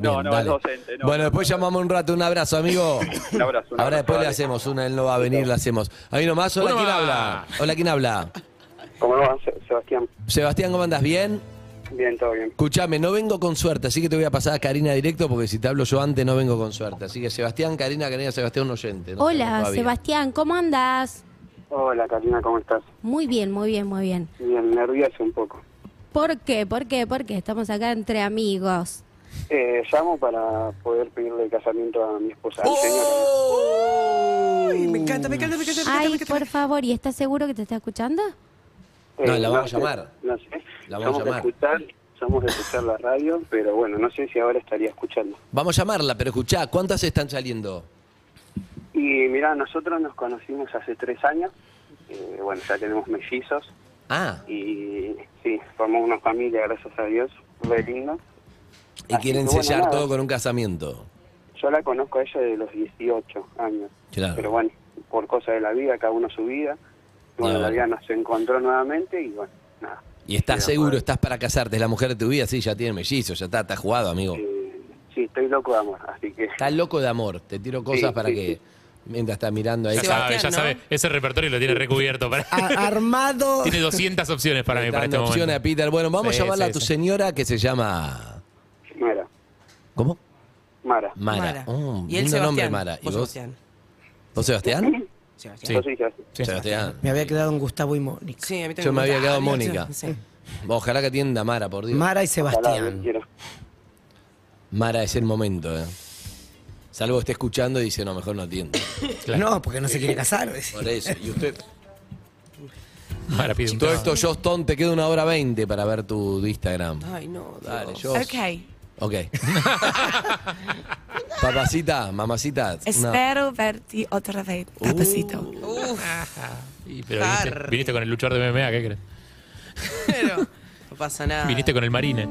J: No, no, es docente, no.
B: Bueno, después llamamos un rato. Un abrazo, amigo.
J: [COUGHS] Un abrazo, un
B: Ahora
J: abrazo,
B: después le
J: dale.
B: hacemos una, él no va a venir, la hacemos. Ahí nomás, hola,
D: Uno
B: ¿quién
D: más.
B: habla? Hola, ¿quién habla?
A: ¿Cómo va, Se- Sebastián?
B: Sebastián, ¿cómo andas? ¿Bien?
A: Bien, todo bien.
B: Escuchame, no vengo con suerte, así que te voy a pasar a Karina directo porque si te hablo yo antes no vengo con suerte. Así que Sebastián, Karina, Karina, Sebastián, un oyente. no
H: Hola,
B: sabemos todavía.
H: Sebastián, ¿cómo andas?
A: Hola, Karina, ¿cómo estás?
H: Muy bien, muy bien, muy bien.
A: Bien, nervioso un poco.
H: ¿Por qué? ¿Por qué? ¿Por qué? Estamos acá entre amigos.
A: Eh, llamo para poder pedirle casamiento a mi esposa, a mi señora.
B: ¡Oh!
C: Ay, me encanta, me encanta, me encanta, me encanta. me
H: Ay,
C: encanta.
H: por favor, ¿y estás seguro que te está escuchando?
A: Eh,
B: No, la vamos a
A: sé-
B: llamar.
A: No sé.
B: La vamos a
A: somos
B: llamar.
A: de escuchar, somos de escuchar la radio, pero bueno, no sé si ahora estaría escuchando.
B: Vamos a llamarla, pero escuchá, ¿cuántas están saliendo?
A: Y mira, nosotros nos conocimos hace tres años. Eh, bueno, ya tenemos mellizos
B: Ah,
A: y sí, formamos una familia, gracias a Dios, re linda.
B: y
A: Así
B: quieren
A: que Ah, bueno,
B: sellar
A: nada.
B: todo con un casamiento.
A: Yo la conozco a ella de los 18 años.
B: Claro.
A: Pero bueno, por cosas de la vida, cada uno su vida.
B: Claro.
A: Bueno, la vida nos encontró nuevamente y bueno, nada.
B: Y estás
A: Sí,
B: seguro,
A: bueno.
B: estás para casarte, es la mujer de tu vida, sí, ya tiene mellizos, ya está, está jugado, amigo.
A: Eh, sí, estoy loco de amor, así que.
B: Estás loco de amor, te tiro cosas
A: Sí,
B: para
A: sí,
B: que
A: sí.
B: mientras está mirando ahí.
D: Ya sabe, ya
C: Sebastián, ¿no?
D: sabe. Ese repertorio lo tiene recubierto. Para,
G: A- armado.
D: tiene 200 opciones para mí, para este
B: dando opciones a
D: momento.
B: Peter. Bueno, vamos
D: Sí,
B: a llamarla
D: sí,
B: a tu
D: sí.
B: señora que se llama.
A: Mara,
B: ¿Cómo?
A: Mara.
B: Mara. Oh,
C: y él
B: lindo
C: Sebastián.
B: nombre, Mara. ¿Y
C: Vos,
B: vos?
C: Sebastián.
B: ¿Vos, Sebastián?
C: Sebastián.
D: Sí.
A: Yo soy Sebastián.
D: Sí.
B: Sebastián.
G: Me había quedado en Gustavo y Mónica.
C: Sí, a mí también
B: Yo me había
C: gusta.
B: quedado
C: Ah,
B: Mónica.
C: sí.
B: Ojalá que atienda Mara, por Dios.
G: Mara y
A: Ojalá, Dios
G: Sebastián.
A: quiera.
B: Mara es el momento, ¿eh? Salvo que esté escuchando y dice, no, mejor no atiendo.
D: Claro.
G: No, porque no se quiere casar.
B: Por eso.
D: [LAUGHS]
B: Y usted.
D: Ahora pide un
B: Todo
D: tema.
B: esto, Jostón, te queda una hora veinte para ver tu Instagram.
C: Ay, no.
B: Dale,
C: Dios.
B: yo.
C: [LAUGHS]
B: Ok. Papacita, mamacita. una-
K: verte otra vez,
C: Uf,
B: [LAUGHS]
D: Y, pero viniste,
C: Harry.
D: viniste con el luchador de MMA, ¿qué crees?
C: pero no pasa nada.
D: Viniste con el marine.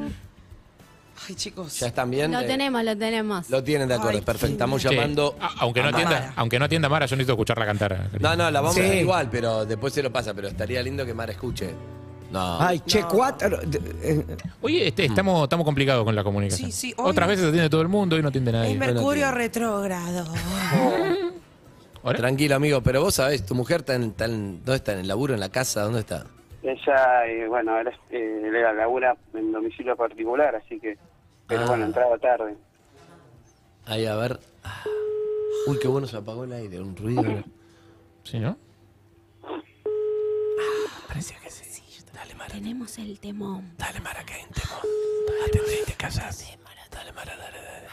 C: Ay, chicos.
B: ¿Ya están bien?
H: Lo
B: Eh,
H: tenemos, lo tenemos.
B: Lo tienen de acuerdo,
C: Ay,
B: perfecto.
C: qué
B: Estamos
D: Che,
B: llamando.
D: a- aunque, no
C: a
D: atienda,
C: Mara.
D: aunque no atienda Mara, yo necesito escucharla cantar.
B: No, no, la vamos a hacer
G: Sí.
B: igual, pero después se lo pasa. Pero estaría lindo que Mara escuche. No.
G: Ay, che, cuatro. eh,
D: Oye,
B: Mm.
D: este, estamos, estamos complicados con la comunicación.
C: Sí, sí, hoy-
D: Otras veces atiende todo el mundo, hoy no atiende nadie.
K: Es Mercurio retrógrado.
D: ¿Hola?
B: Tranquilo, amigo, pero vos sabés, tu mujer está en, está en- ¿dónde está? ¿En el laburo, en la casa? ¿Dónde está?
A: Ella, eh, bueno, ahora eh, le labura en domicilio particular, así que. Pero
B: Ah.
A: bueno, entraba tarde.
B: Ahí, a ver. Ah. Uy, qué bueno, se apagó el aire, un ruido.
D: ¿Sí, no?
E: parecía que sí. Dale, Mara.
H: Tenemos el temón.
E: Dale, Mara, que hay un temón. Atendé y te callas. Dale, Mara, dale, dale.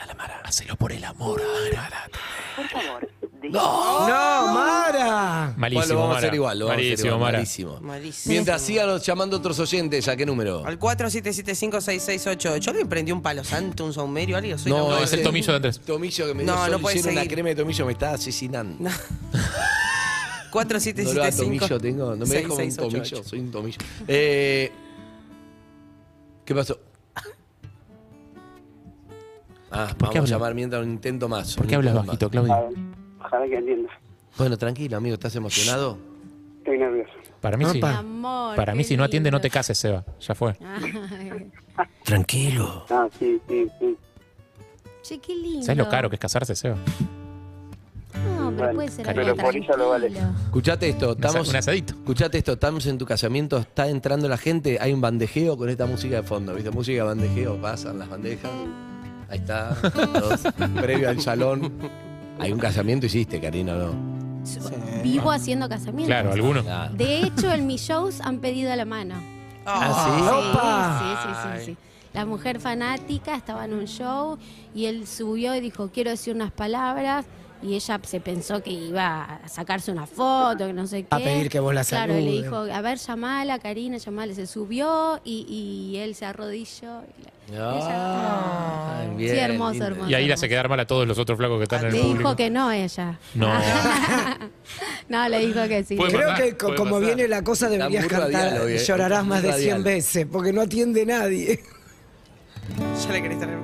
E: Dale, Mara. Hacelo por el amor, Mara.
A: Por favor.
G: ¡No! ¡No, Mara!
D: Malísimo,
B: Ah, Bueno, lo vamos
D: Mara.
B: a hacer igual. Lo vamos a hacer
D: Malísimo,
B: igual,
D: Mara.
C: [LAUGHS]
B: malísimo.
C: Malísimo.
B: Mientras sigan llamando otros oyentes, ¿a qué número?
C: Al 47756688. Yo le prendí un palo santo, un saumerio, alguien. Soy la-
D: es el
B: ese
D: tomillo de Andrés.
B: Tomillo que me dio
C: No,
B: Sol,
C: no puede
B: hicieron una
C: seguir.
B: crema de tomillo, me está asesinando. Dolor a
C: 4775.
B: tomillo tengo, no me dejo un
C: 6688.
B: tomillo, soy un tomillo. Eh, ¿Qué pasó? Ah,
D: qué
B: vamos a
D: hablas?
B: llamar mientras un intento más.
D: ¿Por
B: un
D: qué hablas
B: intento
D: bajito,
B: más.
D: Claudio?
A: Ojalá que entiendas.
B: Bueno, tranquilo, amigo, ¿estás emocionado?
A: Estoy nervioso.
D: Para mí sí.
H: Mi Amor.
D: Ah. Para mí,
H: qué
D: si no atiende, no
H: lindo.
D: te cases, Seba. Ya fue.
H: Ay,
B: Tranquilo.
A: Ah, sí, sí, sí.
H: [LAUGHS] Che, qué lindo.
D: ¿Sabes lo caro que es casarse, Seba?
H: No, pero
A: Bueno,
H: puede ser
A: pero
H: algo
A: por ella lo vale.
H: tranquilo.
B: Escuchate esto,
D: Un asa-
B: estamos,
D: Un asadito.
B: escuchate esto, estamos en tu casamiento, está entrando la gente, hay un bandejeo con esta música de fondo, ¿viste? Música de bandejeo, pasan las bandejas. Ahí está,
D: [LAUGHS]
B: todos, previo al salón. Hay un casamiento hiciste, Karina, ¿no?
H: Vivo haciendo casamientos.
D: Claro, alguno.
B: Claro.
H: De hecho, en mis shows han pedido la mano. Sí,
B: Ah, ¿sí?
H: sí, sí, sí, sí. La mujer fanática estaba en un show y él subió y dijo, quiero decir unas palabras. Y ella se pensó que iba a sacarse una foto, que no sé qué.
G: A pedir que vos la
H: Claro, y le
G: saludes.
H: dijo, a ver, llamala, Karina, llamala. Se subió y, y él se arrodilló. y la-
B: Ah,
H: Sí,
B: bien,
H: hermoso,
B: lindo.
H: hermoso.
D: Y ahí la hace quedar mal a todos los otros flacos que están en
H: Le
D: el público.
H: dijo que no ella.
D: No.
H: [LAUGHS] No, le dijo que sí.
D: Puede
G: Creo
D: pasar,
G: que co-
D: puede
G: como
D: pasar.
G: viene la cosa deberías
B: muy
G: cantar
B: radial hoy, eh.
G: Llorarás
B: Está
G: más
B: muy
G: de 100
B: radial.
G: veces, porque no atiende nadie.
C: Ya le querés tener.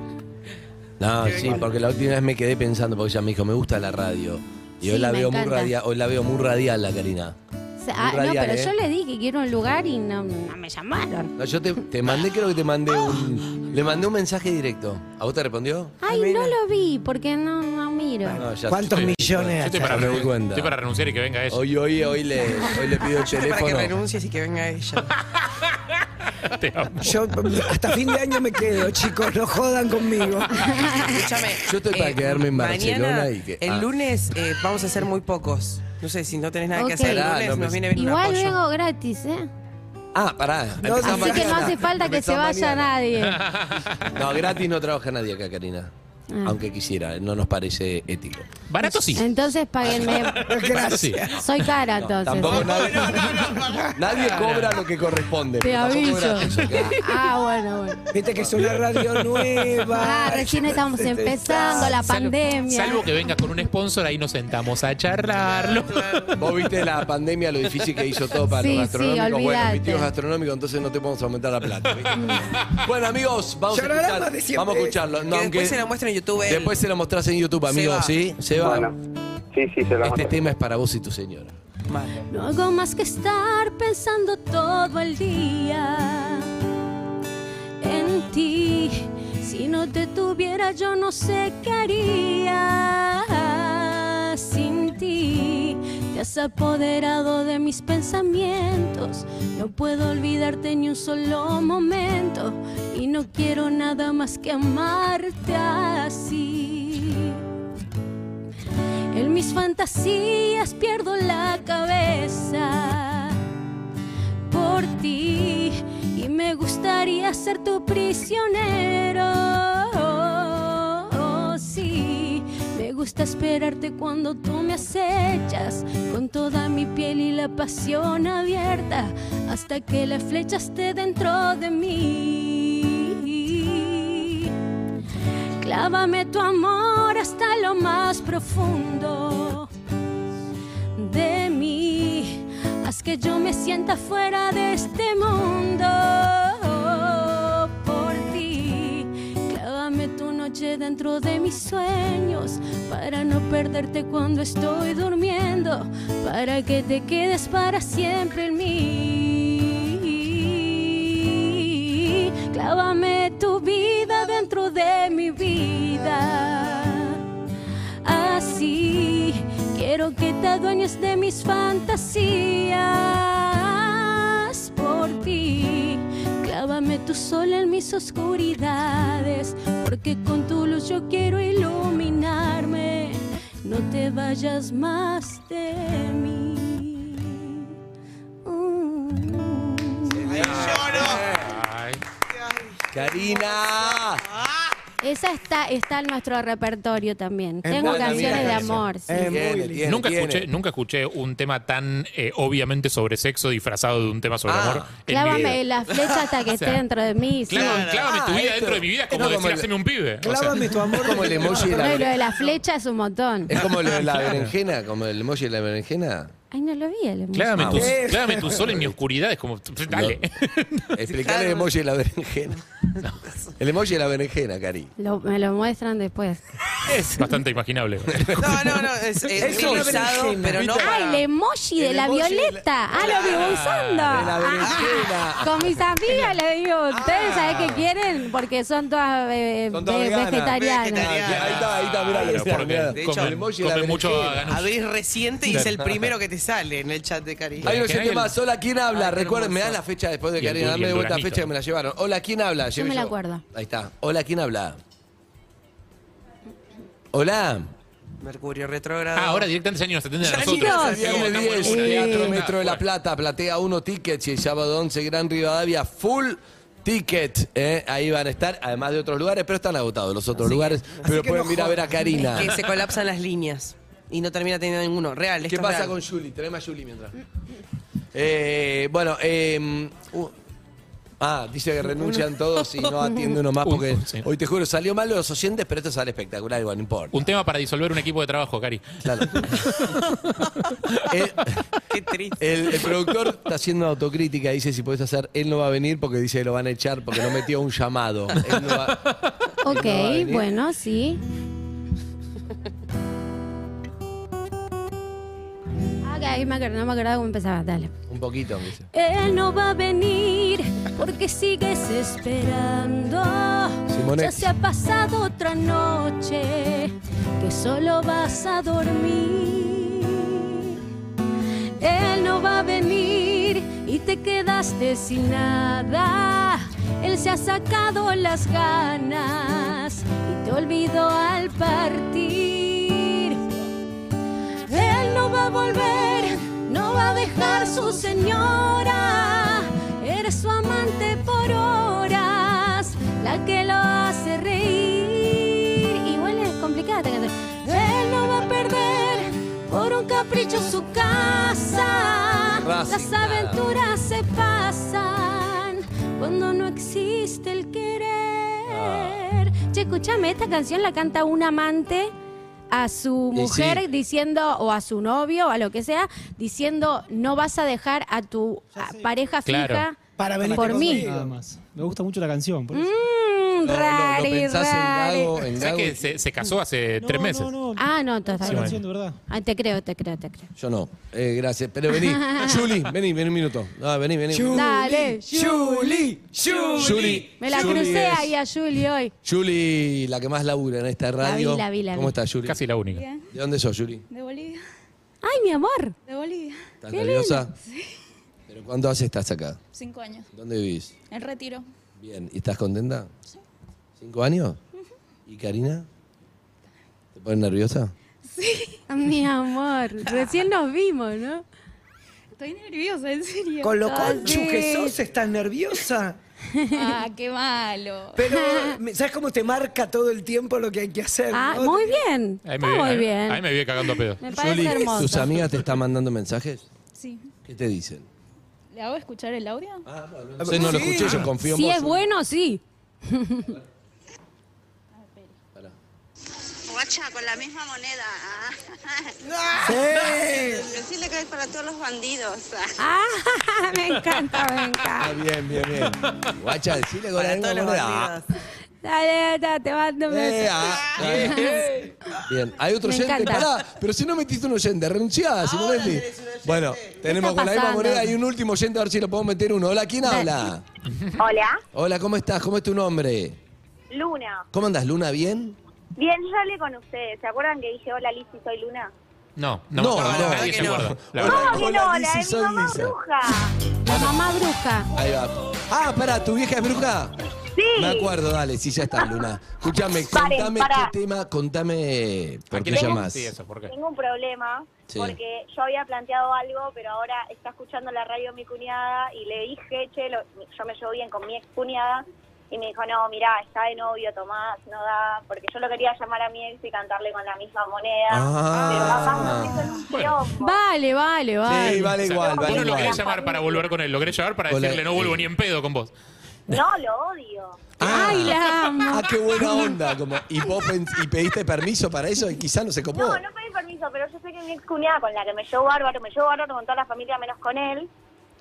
B: No, sí, porque la última vez me quedé pensando, porque ella me dijo, me gusta la radio. Y hoy,
H: Sí,
B: la
H: me
B: veo muy
H: encanta.
B: radial, hoy la veo muy radial, la Karina.
H: O sea, ah, no,
B: radial,
H: pero
B: ¿eh?
H: yo le dije que quiero un lugar y no, no me llamaron.
B: No, yo te, te mandé, creo que te mandé un. Le mandé un mensaje directo. ¿A vos te respondió?
H: Ay, no lo vi porque no, no miro.
B: No, ya
G: ¿Cuántos
B: estoy-
G: millones?
D: Yo estoy
G: hace?
D: para,
B: Ya me di cuenta.
D: estoy para renunciar y que venga ella.
B: Hoy, hoy, hoy le, hoy le pido el
C: Para que
B: teléfono.
C: renuncies y que venga ella.
B: [LAUGHS]
D: Te amo.
G: Yo hasta fin de año me quedo, [LAUGHS] chicos, no jodan conmigo.
C: Escúchame. eh,
B: Yo estoy para quedarme en
C: mañana,
B: Barcelona y que-
C: El
B: ah.
C: lunes eh, vamos a ser muy pocos. No sé, si no tenés nada
H: Ok.
C: que hacer el
B: Ah,
C: lunes,
B: no,
C: nos
B: me-
C: viene bien un
H: Igual
C: apoyo.
H: vengo gratis, ¿eh?
B: Ah, pará.
G: No,
B: Empezá
H: Así que no
B: mañana.
H: hace falta que
B: Empezá
H: se vaya
B: mañana.
H: nadie. Ah.
B: No, gratis no trabaja nadie acá, Karina. Aunque quisiera, no nos parece ético.
D: Barato sí.
H: Entonces
B: [LAUGHS]
H: páguenme.
D: Barato sí.
H: Soy cara
B: No,
H: entonces.
B: tampoco
H: ¿eh?
B: nadie, nadie cobra lo que corresponde.
H: Te
B: Tampoco
H: aviso.
B: gratis acá.
H: Ah, bueno, bueno.
G: Viste que es una radio nueva. este,
H: Ah, recién estamos empezando la
D: Salvo-
H: pandemia.
D: Salvo que venga con un sponsor, ahí nos sentamos a charlarlo.
B: Vos viste la pandemia, lo difícil que hizo todo para
H: Sí,
B: los
H: sí,
B: gastronómicos. bueno, mi
H: olvídate.
B: tío es gastronómico, entonces no te podemos aumentar la plata. ¿viste?
H: [LAUGHS] Mm.
B: bueno, amigos, vamos a,
G: Llorará
B: escuchar-
G: más de siempre.
B: vamos a escucharlo. No,
C: Que
B: aunque-
C: después se la muestra en YouTube. eh. él.
B: Después se lo mostrás en YouTube, amigos,
C: Seba.
B: ¿sí? Seba,
A: Bueno, sí, sí, se lo
B: este
A: mando.
B: tema es para vos y tu señora.
H: No hago más que estar pensando todo el día en ti. Si no te tuviera yo no sé qué haría sin ti. Te has apoderado de mis pensamientos. No puedo olvidarte ni un solo momento. Y no quiero nada más que amarte así. En mis fantasías pierdo la cabeza por ti y me gustaría ser tu prisionero. Sí, me gusta esperarte cuando tú me acechas con toda mi piel y la pasión abierta hasta que la flecha esté dentro de mí. Clávame tu amor hasta lo más profundo de mí. Haz que yo me sienta fuera de este mundo por ti. Clávame tu noche dentro de mis sueños para no perderte cuando estoy durmiendo, para que te quedes para siempre en mí. Clávame tu vida dentro de mi vida así. Quiero que te adueñes de mis fantasías por ti. Clávame tu sol en mis oscuridades, porque con tu luz yo quiero iluminarme. No te vayas más de mí. Uh.
D: Mm. Ay.
B: Karina.
H: Esa está, está en nuestro repertorio también. Tengo
B: buena
H: canciones
B: amiga
H: de
B: eso.
H: amor. sí.
B: Es muy
D: Tiene,
B: linda.
D: nunca,
B: Tiene,
D: Escuché,
B: tiene.
D: nunca escuché un tema tan eh, obviamente sobre sexo disfrazado de un tema sobre
B: Ah.
D: amor. en mi vida.
H: Clávame la flecha hasta que
D: [LAUGHS] O sea,
H: esté dentro de mí. sí.
D: Clava- Clávame, tu
B: Ah,
D: vida
B: esto-
D: dentro de mi vida es como
B: no, como
D: decir,
B: el-
D: "Haceme un pibe. O sea,
G: Clávame tu amor.
B: Es como el emoji
H: No, y
B: de la
H: lo de
B: berenjena.
H: la flecha es un montón.
B: Es como lo de la berenjena, como el emoji de la berenjena.
H: Ay, no lo vi el emoji.
D: clávame,
B: Ah,
D: tu,
B: bueno.
D: clávame tu sol en mi oscuridad. Es
B: [LAUGHS]
D: como, dale.
B: Explicar el emoji de la berenjena. El emoji de la berenjena, Cari.
H: Lo- me lo muestran
B: [LAUGHS]
H: después.
D: Es [LAUGHS] bastante imaginable.
C: No, no, no. Es, es
G: Es
C: bien
G: una
C: usado,
G: berenjena.
C: pero no
H: ¡Ay,
C: para...
H: Ah, el emoji de
B: El
H: la
B: emoji de la-
H: violeta! ¡Ah, lo vivo usando!
B: de la berenjena.
H: Ah, con mis amigas le digo, ¿ustedes saben qué quieren? Porque son todas, eh,
B: Son todas
H: ve-
B: veganas.
H: vegetarianas.
C: Vegetarianas.
B: Ahí está, ahí está, mirá, ahí
D: Claro,
B: está,
D: porque
B: mirá.
D: de
B: Como
D: hecho,
B: el emoji de la
D: come mucho
B: berenjena.
D: ganus.
C: Abrís reciente y es el primero que te sale en el chat de Cari.
B: Hay unos
D: Berenjena y
B: siete
D: el-
B: más. Hola, ¿quién habla?
C: Ay, qué
B: Recuerden, me
C: hermoso.
B: dan la fecha después de
D: Y el
B: Karina.
D: du- y
B: Dame
D: el
B: de vuelta la
D: durazno.
B: fecha que me la llevaron. Hola, ¿quién habla? Lleve
H: me la
B: yo.
H: acuerdo.
B: Ahí está. Hola, ¿quién habla? Hola.
C: Mercurio retrógrado.
D: Ah, ahora directamente ya ni nos atenden a
C: Ya ni
D: nosotros.
C: nos
D: Está
B: Viernes
D: bueno,
B: 10,
D: está bueno.
B: Teatro
D: Ah,
B: Metro de la
D: bueno.
B: Plata, Platea 1 Tickets y el sábado 11 Gran Rivadavia, full ticket. ¿eh? Ahí van a estar, además de otros lugares, pero están agotados los otros lugares. Pero
G: que
B: pueden
G: no
B: ir a ver a
G: jodan.
B: Karina.
C: Que se colapsan las líneas y no termina teniendo ninguno. Real,
B: ¿Qué
C: esto es
B: pasa
C: real.
B: con Juli? Traeme a Juli mientras. Eh, bueno, eh, uh, ah, dice que
G: [LAUGHS]
B: renuncian todos y no atiende uno más
D: Un-
B: porque
D: sí.
B: hoy te juro, salió mal los oyentes, pero esto sale espectacular, igual, no importa.
D: Un tema para disolver un equipo de trabajo, Cari.
B: Claro.
D: [LAUGHS]
B: Eh,
C: Qué triste.
B: El, el productor está haciendo autocrítica, dice si podés hacer, él no va a venir porque dice que lo van a echar porque no metió un llamado. Él no va-
H: Ok,
B: No va a venir.
H: bueno,
B: [LAUGHS]
H: sí. Ah, que ahí me acuerdo, no me acordaba cómo empezaba, dale.
B: un poquito, aunque sea.
H: Él no va a venir porque sigues esperando.
B: Simonetti.
H: Ya se ha pasado otra noche que solo vas a dormir. Él no va a venir y te quedaste sin nada. Él se ha sacado las ganas y te olvidó al partir. Él no va a volver, no va a dejar su señora. Eres su amante por horas, la que lo hace reír. Igual es complicada esta canción. Él no va a perder por un capricho su casa.
B: Racing,
H: Las
B: nada.
H: aventuras se pasan cuando no existe el
B: Ah.
H: querer. Che, escúchame, esta canción la canta un amante a su
B: Y
H: mujer
B: sí.
H: diciendo, o a su novio, o a lo que sea, diciendo, no vas a dejar a tu a- pareja
D: Claro.
H: fija
G: Para venir
H: por mí.
G: conmigo.
E: más. Me gusta mucho la canción. por eso.
H: Mm,
B: No, no,
H: rari,
B: lo pensás
H: rari.
B: en Gago, en
D: ¿Sabes
B: Gago.
D: que se, se casó hace
E: No,
D: tres meses?
E: No, no,
H: Ah, no,
E: Esa
H: total.
E: canción de verdad.
H: Ay, te creo, te creo, te creo.
B: Yo no, Eh, gracias. Pero
H: [LAUGHS]
B: vení, Juli, vení, vení un minuto. No, vení, vení.
G: Juli,
H: Dale,
G: Juli,
B: Juli.
H: Me la
B: Juli
H: crucé
B: es-
H: ahí a Juli hoy.
B: Juli, la que más labura en esta radio.
H: vi, la vi, la vi.
B: ¿Cómo estás, Juli?
D: Casi la única.
B: ¿De dónde sos, Juli?
K: De Bolivia.
H: Ay, mi amor.
K: De Bolivia.
B: ¿Estás
H: Qué
B: nerviosa? Sí. ¿Pero cuánto hace estás acá?
K: Cinco años.
B: ¿Dónde vivís?
K: En retiro.
B: Bien, ¿y estás contenta? Sí. ¿Cinco años? ¿Y Karina? ¿Te pones nerviosa?
H: Mi amor. Recién nos vimos, ¿no?
K: Estoy nerviosa, en serio.
G: Con lo
H: Ah,
G: conchu
H: sí.
G: que sos, estás nerviosa.
K: Ah, qué malo.
H: [LAUGHS]
G: Pero, ¿sabes cómo te marca todo el tiempo lo que hay que hacer?
H: Ah,
G: no?
H: muy bien.
D: Ahí
H: Está
D: me, vi-
H: muy
D: ahí-
H: bien.
D: ahí me vive cagando a pedo.
H: Me parece
B: ¿tus
H: hermoso.
B: amigas te están mandando mensajes?
K: Sí.
B: ¿Qué te dicen?
K: ¿Le hago escuchar el audio?
B: Ah, bueno. No, sé, no lo
G: Sí.
B: escuché, yo confío en
H: Si
B: vos.
H: es bueno, sí.
B: Pará.
L: Guacha, con la misma moneda. ah.
G: Sí.
L: [LAUGHS] Decirle que es para todos los bandidos.
H: Ah, [LAUGHS] me encanta, me
B: Ah,
H: encanta.
B: bien, bien, bien. Guacha, decile con la
C: Para
B: misma
C: todos los
B: moneda.
C: bandidos.
H: Dale, dale, te mando un
B: Eh,
H: beso.
B: ah, eh. Bien, hay otro
H: Me
B: oyente,
H: encanta.
B: pará, pero si no metiste un oyente, renunciá, Simonetti. Bueno, tenemos
H: está
B: con la misma
H: pasando?
B: moneda y un último oyente, a ver si lo podemos meter uno. Hola, ¿quién habla?
L: Hola,
B: Hola, ¿cómo estás? ¿Cómo es tu nombre?
L: Luna.
B: ¿Cómo andas, Luna? ¿Bien?
L: Bien, yo hablé con ustedes. ¿Se acuerdan que dije hola Liz y soy Luna?
D: No, no, me
B: No,
D: acuerdo,
B: no,
D: nadie
C: que
D: se
C: no.
D: acuerda. La
B: Hola,
D: verdad.
L: No, que
B: hola,
L: no,
B: Liz
L: la
B: y
L: de mi
B: soy
L: mamá
B: [LAUGHS] Lisa.
L: bruja.
H: La mamá bruja.
B: Ahí va. Ah, pará, tu vieja es bruja.
L: Sí.
B: Me acuerdo, dale, sí, ya está, Luna.
L: [LAUGHS]
B: Escúchame,
L: Paren,
B: contame
L: pará.
B: qué tema, contame por qué llamás.
L: Tengo un problema
B: Sí.
L: porque yo había planteado algo, pero ahora está escuchando la radio mi cuñada y le dije, che, lo- yo me llevo bien con mi ex cuñada y me dijo, no, mirá, está de novio Tomás, no da, porque yo lo quería llamar a mi ex y cantarle con la misma moneda.
B: Ah.
H: Vale, vale, vale.
B: Sí, vale igual,
D: Vos
B: vale
D: no lo
B: igual.
D: querés llamar para volver con él, lo querés llamar para
B: Hola,
D: decirle no vuelvo ni en pedo con vos.
L: No, lo odio.
H: Ay, la
B: [LAUGHS]
H: amo.
B: Ah, qué buena onda. Como, ¿y, vos pens- ¿Y pediste permiso para eso? Y quizá no se copó.
L: No, no pedí permiso, pero yo sé que mi ex cuñada con la que me llevo bárbaro, me llevo bárbaro con toda la familia menos con él.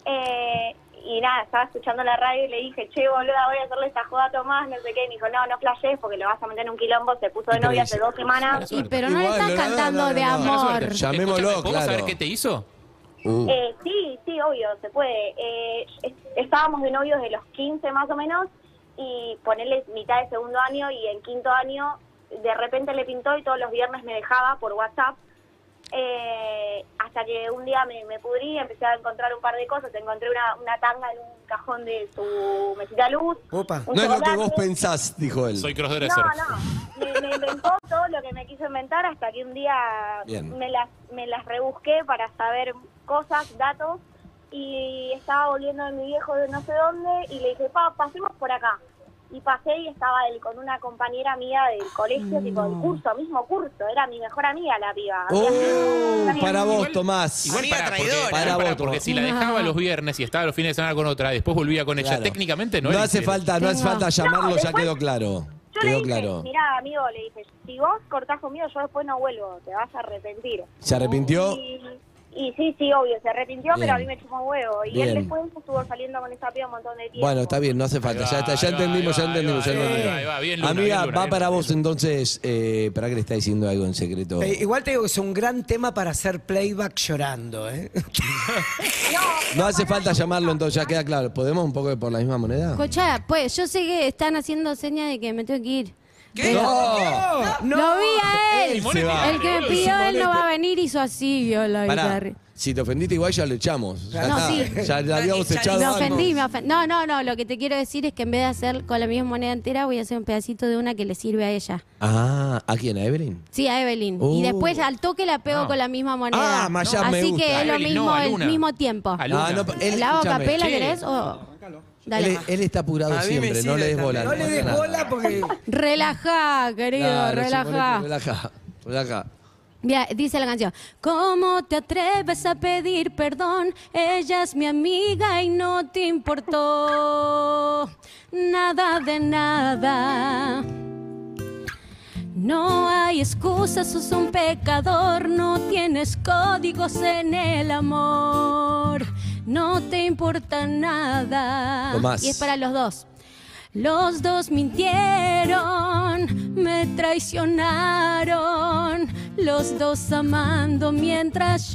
L: Eh, y nada, estaba escuchando la radio y le dije, che, boluda, voy a hacerle esta joda a Tomás, no sé qué. Y me dijo, no, no flashes porque lo vas a meter en un quilombo. Se puso de
B: Y pero
L: novia
B: dice,
L: hace dos semanas.
H: Y pero no le
B: Igual,
H: estás
B: no, no,
H: cantando
B: no, no,
H: de
B: no.
H: amor.
D: Escuchame,
B: Llamémoslo,
D: ¿Podemos
B: claro.
D: saber qué te hizo?
B: Uh.
L: Eh, sí, sí, obvio, se puede. Eh, es- estábamos de novios de los 15 más o menos y ponerle mitad de segundo año y en quinto año de repente le pintó y todos los viernes me dejaba por WhatsApp. Eh, hasta que un día me, me pudrí, empecé a encontrar un par de cosas. Encontré una, una tanga en un cajón de su mesita de luz.
G: Opa.
L: un
B: No es lo que
L: chocolate.
B: vos pensás, dijo él.
D: Soy
L: No,
D: crossdresser.
L: no. Me, me inventó todo lo que me quiso inventar hasta que un día
B: Bien.
L: me las, me las rebusqué para saber cosas, datos. Y estaba volviendo de mi viejo de no sé dónde y le dije, pa, pasemos por acá. Y pasé y estaba él con una compañera mía del colegio, tipo del curso, mismo curso. Era mi mejor amiga la piba.
B: Oh,
L: Había-
B: para vos,
D: Igual-
B: Tomás.
D: Igual
C: Amiga
D: para, porque,
C: traidora.
D: pará,
B: Para
D: pará,
B: vos,
D: porque
B: Tomás.
D: si la dejaba los viernes y estaba los fines de semana con otra, después volvía con ella,
B: Claro.
D: técnicamente no
B: No
D: era
B: hace
D: infiel.
B: falta, no hace
H: No.
B: falta llamarlo, ya
L: después-
B: quedó claro.
L: Yo le
B: Quedó
L: dije,
B: claro.
L: mirá, amigo, le dije, si vos cortás conmigo, yo después no vuelvo, te vas a arrepentir.
B: ¿Se arrepintió?
L: Y, y sí, sí, obvio, se arrepintió,
B: Bien.
L: pero a mí me chupó un huevo. Y
B: Bien.
L: él después estuvo saliendo con esa piba un montón de tiempo.
B: Bueno, está bien, no hace falta.
D: Ahí
B: Ya
D: va,
B: está, ya
D: ahí va,
B: entendimos, ya
D: ahí va,
B: entendimos, ya
D: ahí va,
B: entendimos.
D: ahí va, bien, Luna,
B: Amiga,
D: bien, Luna,
B: va
D: bien,
B: para
D: Luna.
B: vos entonces, eh, ¿para qué le está diciendo algo en secreto?
G: Eh, igual te digo que es un gran tema para hacer playback llorando, ¿eh?
B: No hace falta llamarlo entonces, ya queda claro. ¿Podemos un poco de por la misma moneda?
H: Cochá, pues yo sé que están haciendo señas de que me tengo que ir.
C: ¿Qué?
B: ¡No! eh,
H: Lo vi a él.
B: Él se va.
H: El que me pidió, él no va a venir, hizo así, vio la
B: Pará,
H: guitarra.
B: si te ofendiste igual ya lo echamos. Ya
H: No,
B: está.
H: sí.
B: Ya la habíamos
C: Me
B: echado
H: Me
B: antes.
H: ofendí, me ofendí. No, no, no, lo que te quiero decir es que en vez de hacer con la misma moneda entera, voy a hacer un pedacito de una que le sirve a ella.
B: Ah, ¿a quién? ¿A Evelyn?
H: Sí, a Evelyn.
B: Oh.
H: Y después al toque la pego
D: No.
H: con la misma moneda.
B: Ah, Mayá,
H: Así
B: me gusta.
H: que es lo
D: Evelyn, no,
H: mismo,
D: a
H: el
D: Luna.
H: mismo tiempo.
D: A Luna.
B: Ah, no, él-
H: ¿La hago
B: escúchame.
H: capela
D: Sí.
H: querés o...? Dale.
B: Él, él está apurado
C: A mí me
B: siempre, no
C: sirve
B: le des
C: también.
B: bola.
G: No le
B: pasa
G: des
B: nada.
G: bola porque.
H: Relajá, querido,
B: Claro,
H: relajá.
B: sí, Relaja, relaja.
H: Mira, dice la canción, ¿cómo te atreves a pedir perdón? Ella es mi amiga y no te importó nada de nada. No hay excusas, sos un pecador, no tienes códigos en el amor, no te importa nada.
B: Tomás.
H: Y es para los dos. Los dos mintieron, me traicionaron, los dos amando mientras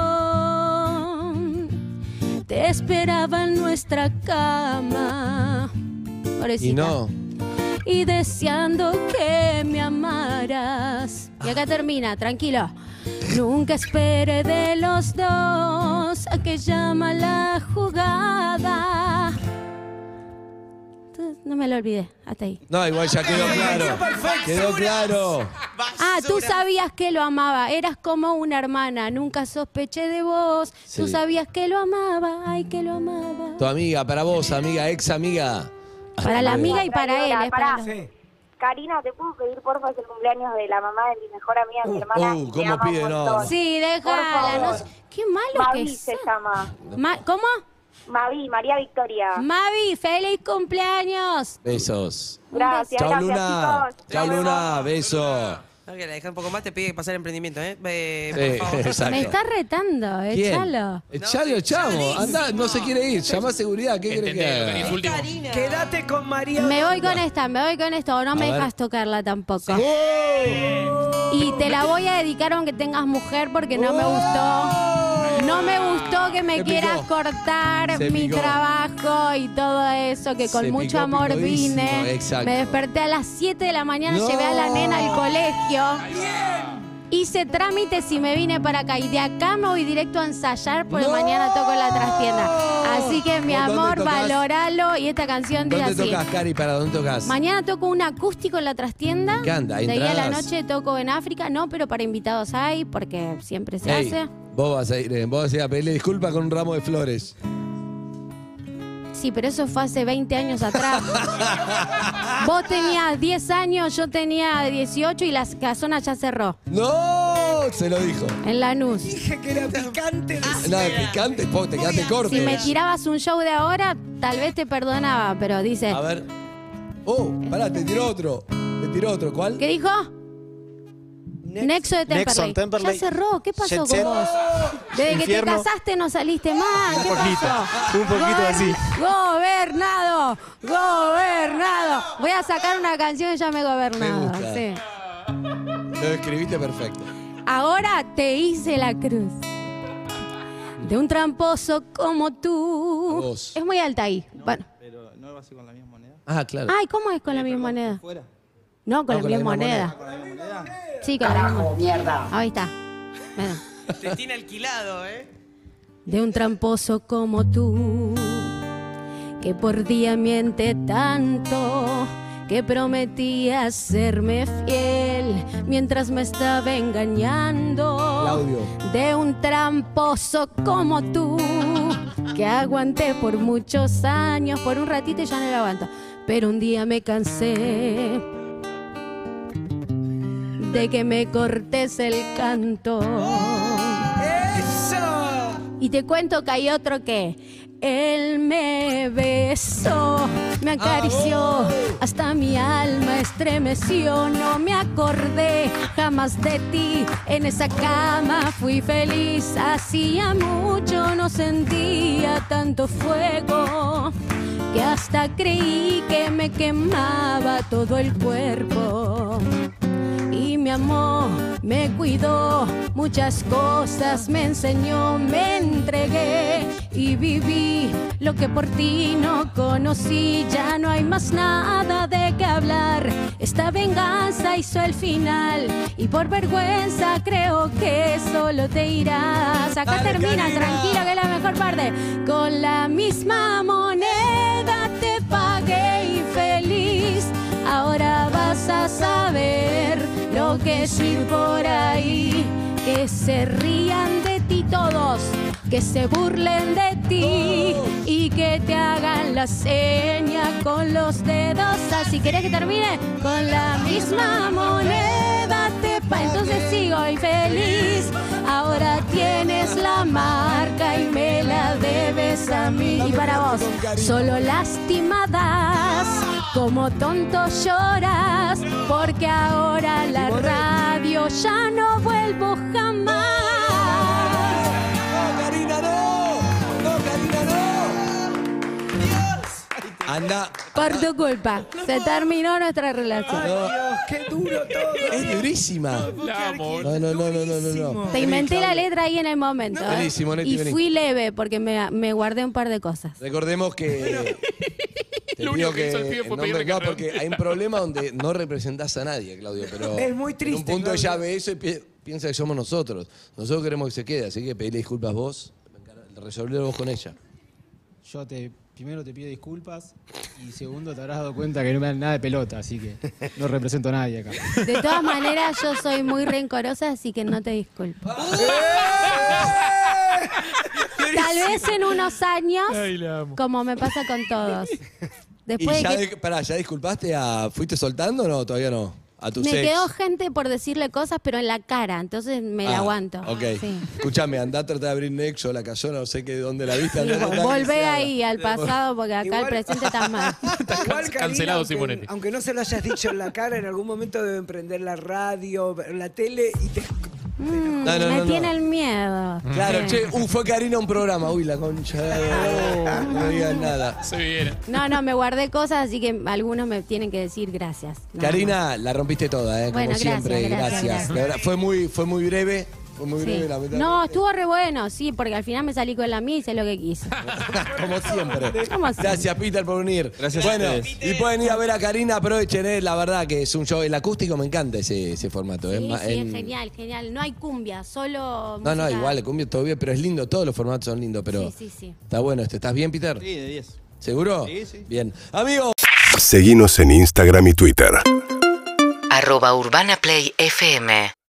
H: yo te esperaba en nuestra cama.
B: Y
H: Pobrecita
B: no,
H: y deseando que me amaras. Y acá termina, tranquilo. Nunca espere de los dos a que llama la jugada. No me lo olvidé, hasta ahí.
B: no, igual ya quedó claro. Quedó claro.
H: Ah, tú
C: Basura.
H: sabías que lo amaba, eras como una hermana, nunca sospeché de vos. Tú
B: Sí.
H: sabías que lo amaba, ay, que lo amaba.
B: Tu amiga, para vos, amiga, ex amiga.
H: Para la amiga y para él, es para los-
G: Sí.
L: Karina, ¿te puedo pedir porfa que el cumpleaños de la mamá de mi mejor amiga, mi hermana?
B: uh,
L: que
B: ¿cómo
L: me ama un
B: pide? No.
L: montón?
H: Sí, déjala.
L: Por
H: no
L: favor.
H: sé- Qué malo que
L: Mavi
H: es.
L: se llama.
H: Ma- ¿Cómo?
L: Mavi, María Victoria.
H: Mavi, feliz cumpleaños.
B: Besos.
L: gracias,
B: Chao,
L: gracias,
B: Luna.
L: chicos.
B: Chao,
L: Nos vemos.
B: Luna. Beso.
C: No, que la dejé un poco más, te pide pasar emprendimiento, ¿eh? Eh,
B: Sí,
C: por favor.
B: exacto.
H: Me está retando, eh,
E: Eh,
B: ¿Quién?
H: échalo.
B: Echalo, chavo. Andá, no se quiere ir. Llama a seguridad. ¿Qué querés que
D: Entendé lo que
B: haga?
D: dice último.
G: Quédate con María.
H: Me voy con esta, me voy con esto, no
B: A
H: me
B: ver.
H: dejas tocarla tampoco.
B: ¡Oh!
H: Y te la voy a dedicar aunque tengas mujer porque no me gustó. No me gustó que me
B: Se
H: quieras
B: picó.
H: cortar
B: Se
H: mi
B: picó.
H: trabajo y todo eso, que con
B: Se
H: mucho
B: picó,
H: amor
B: picodísimo,
H: vine.
B: exacto.
H: Me desperté a las 7 de la mañana,
B: No.
H: llevé a la nena al colegio. Hice trámites y me vine para acá. Y de acá me voy directo a ensayar porque mañana toco en la trastienda.
E: Así que, mi
B: ¿Vos dónde
E: amor,
B: tocás?
E: valoralo. Y esta canción dice
B: ¿Dónde
E: así.
B: tocas, Cari? ¿Para dónde tocas?
E: Mañana toco un acústico en la trastienda.
B: Me encanta, hay
E: De ahí a la
B: entradas.
E: noche toco en África. No, pero para invitados hay, porque siempre se
B: Ey,
E: hace.
B: Vos vas a ir, eh, vos vas a ir a pedirle disculpas con un ramo de flores.
E: Sí, pero eso fue hace 20 años
B: [LAUGHS]
E: atrás. Vos tenías 10 años, yo tenía 18 y la casona ya cerró.
B: ¡No! Se lo dijo.
E: En Lanús.
G: Dije que era picante.
B: Nada, picante, po, te quedaste corto.
E: Si me tirabas un show de ahora, tal vez te perdonaba, pero dice.
B: A ver. Oh, pará, te tiró otro. Te tiró otro. ¿Cuál?
E: ¿Qué dijo? Nexo de Temperley.
B: Nexon, Temperley.
E: Ya cerró, ¿qué pasó
B: Jet
E: con
B: set.
E: vos? Desde que
B: Infierno.
E: te casaste no saliste más, ¿qué pasó?
H: un poquito así.
E: Gobernado, gobernado. Voy a sacar una canción que se llame
B: Me
E: Gobernado.
B: gusta.
E: sí.
B: Lo escribiste perfecto.
E: Ahora te hice la cruz de un tramposo como tú.
L: Vos.
E: Es muy alta ahí. Bueno.
L: Pero no va a ser con la misma moneda.
B: Ah, claro.
E: Ay, ¿cómo es con la misma moneda? No, con, la, misma moneda.
L: Ah, con la misma moneda.
E: Sí, con la
L: Carajo,
E: misma.
L: mierda.
E: Ahí está. Bueno.
C: Te tiene alquilado, ¿eh?
E: de un tramposo como tú, que por día miente tanto, que prometía serme fiel mientras me estaba engañando.
H: Claudio.
E: De un tramposo como tú, que aguanté por muchos años, por un ratito y ya no lo aguanto, pero un día me cansé. De que me cortes el canto.
G: ¡Eso!
E: Y te cuento que hay otro que él me besó, me acarició, hasta mi alma estremeció, no me acordé jamás de ti, en esa cama fui feliz, hacía mucho, no sentía tanto fuego, que hasta creí que me quemaba todo el cuerpo y me amó, me cuidó, muchas cosas me enseñó, me entregué y viví lo que por ti no conocí, ya no hay más nada de qué hablar, esta venganza hizo el final y por vergüenza creo que solo te irás, acá
H: Dale,
E: termina,
H: Karina.
E: tranquila que es la mejor parte, con la misma moneda te pagué infeliz. Ahora vas a saber lo que es ir por ahí. Que se rían de ti todos, que se burlen de ti y que te hagan la seña con los dedos. Así querés que termine con la misma moneda. Te pa Entonces sigo infeliz. Ahora tienes la marca y me la debes a mí. Y para vos, solo lastimadas, como tonto lloras, porque ahora la radio ya no vuelvo jamás.
B: ¡No, Karina, no! ¡No, Karina, no! Anda.
E: Por tu culpa, se terminó nuestra relación.
B: Dios,
G: qué duro todo.
B: Es durísima. No, no, no, no, no, no, no.
E: Te inventé la letra ahí en el momento.
B: No.
E: ¿eh?
B: Vení, Simonetti,
E: Y
B: vení.
E: fui leve porque me, me guardé un par de cosas.
B: Recordemos que. Te
H: Lo
B: pido
H: único que hizo el pibe
B: que.
H: fue
B: el nombre-
H: pedirle que
B: no, porque hay un problema donde no representás a nadie, Claudio. Pero
G: Es muy triste,
B: En un punto
G: Claudio.
B: ella ve eso y pi- piensa que somos nosotros. Nosotros queremos que se quede, así que pedile disculpas vos. Resolverlo vos con ella.
D: Yo te, primero te pido disculpas y segundo te habrás dado cuenta que no me dan nada de pelota, así que no represento a nadie acá.
E: De todas maneras, yo soy muy rencorosa, así que no te disculpo.
B: ¡Eh!
E: Tal vez en unos años,
B: Ay, la amo.
E: como me pasa con todos. Después
B: y
E: de
B: ya,
E: que
B: de- pará, ¿ya disculpaste a. ¿Fuiste soltando o no? Todavía no. A tu
E: me
B: sex.
E: quedó gente por decirle cosas, pero en la cara, entonces me la
B: Ah,
E: aguanto.
B: Ok.
E: Sí.
B: Escúchame, andá a tratar de abrir Nexo, la casona, no sé qué, dónde la viste. andá a tratar de-
E: Volvé ahí al pasado porque acá el presente está
B: [LAUGHS]
E: mal.
G: Igual, Karina,
B: cancelado,
G: aunque-
B: Simonetti.
G: Aunque no se lo hayas dicho en la cara, en algún momento deben prender la radio, la tele y te.
E: Mm,
B: No, no,
E: me
B: no, no.
E: tiene el miedo.
B: Claro,
E: Sí.
B: che, uh, fue Karina a un programa. Uy, la concha.
E: [LAUGHS]
B: de- oh, no digas nada.
M: Se viene.
E: No, no, me guardé cosas, así que algunos me tienen que decir gracias. No,
B: Karina, la rompiste toda, ¿eh? Como
E: Bueno, gracias,
B: siempre,
E: gracias,
B: gracias.
E: gracias.
B: La verdad, fue muy, fue muy breve, Fue muy
E: Sí.
B: breve, lamentablemente.
E: No, estuvo re bueno, sí, porque al final me salí con la mía y hice lo que
B: [LAUGHS]
E: quise.
B: [LAUGHS] Como siempre.
E: Como siempre.
B: Gracias, Peter, por venir.
A: Gracias a
B: Bueno,
A: ustedes.
B: y pueden ir a ver a Karina, aprovechen, eh, la verdad que es un show. El acústico me encanta ese, ese formato. eh,
E: Sí,
B: ma-
E: sí,
B: en-
E: es genial, genial. No hay cumbia, solo.
B: No, no,
E: música.
B: igual, cumbia todo bien, pero es lindo, todos los formatos son lindos, pero
E: Sí, sí, sí.
B: está bueno este. ¿Estás bien, Peter?
A: Sí, de 10.
B: ¿Seguro? Sí, sí. Bien. Amigo.
C: Seguinos en Instagram y Twitter.
N: Arroba Urbana Play FM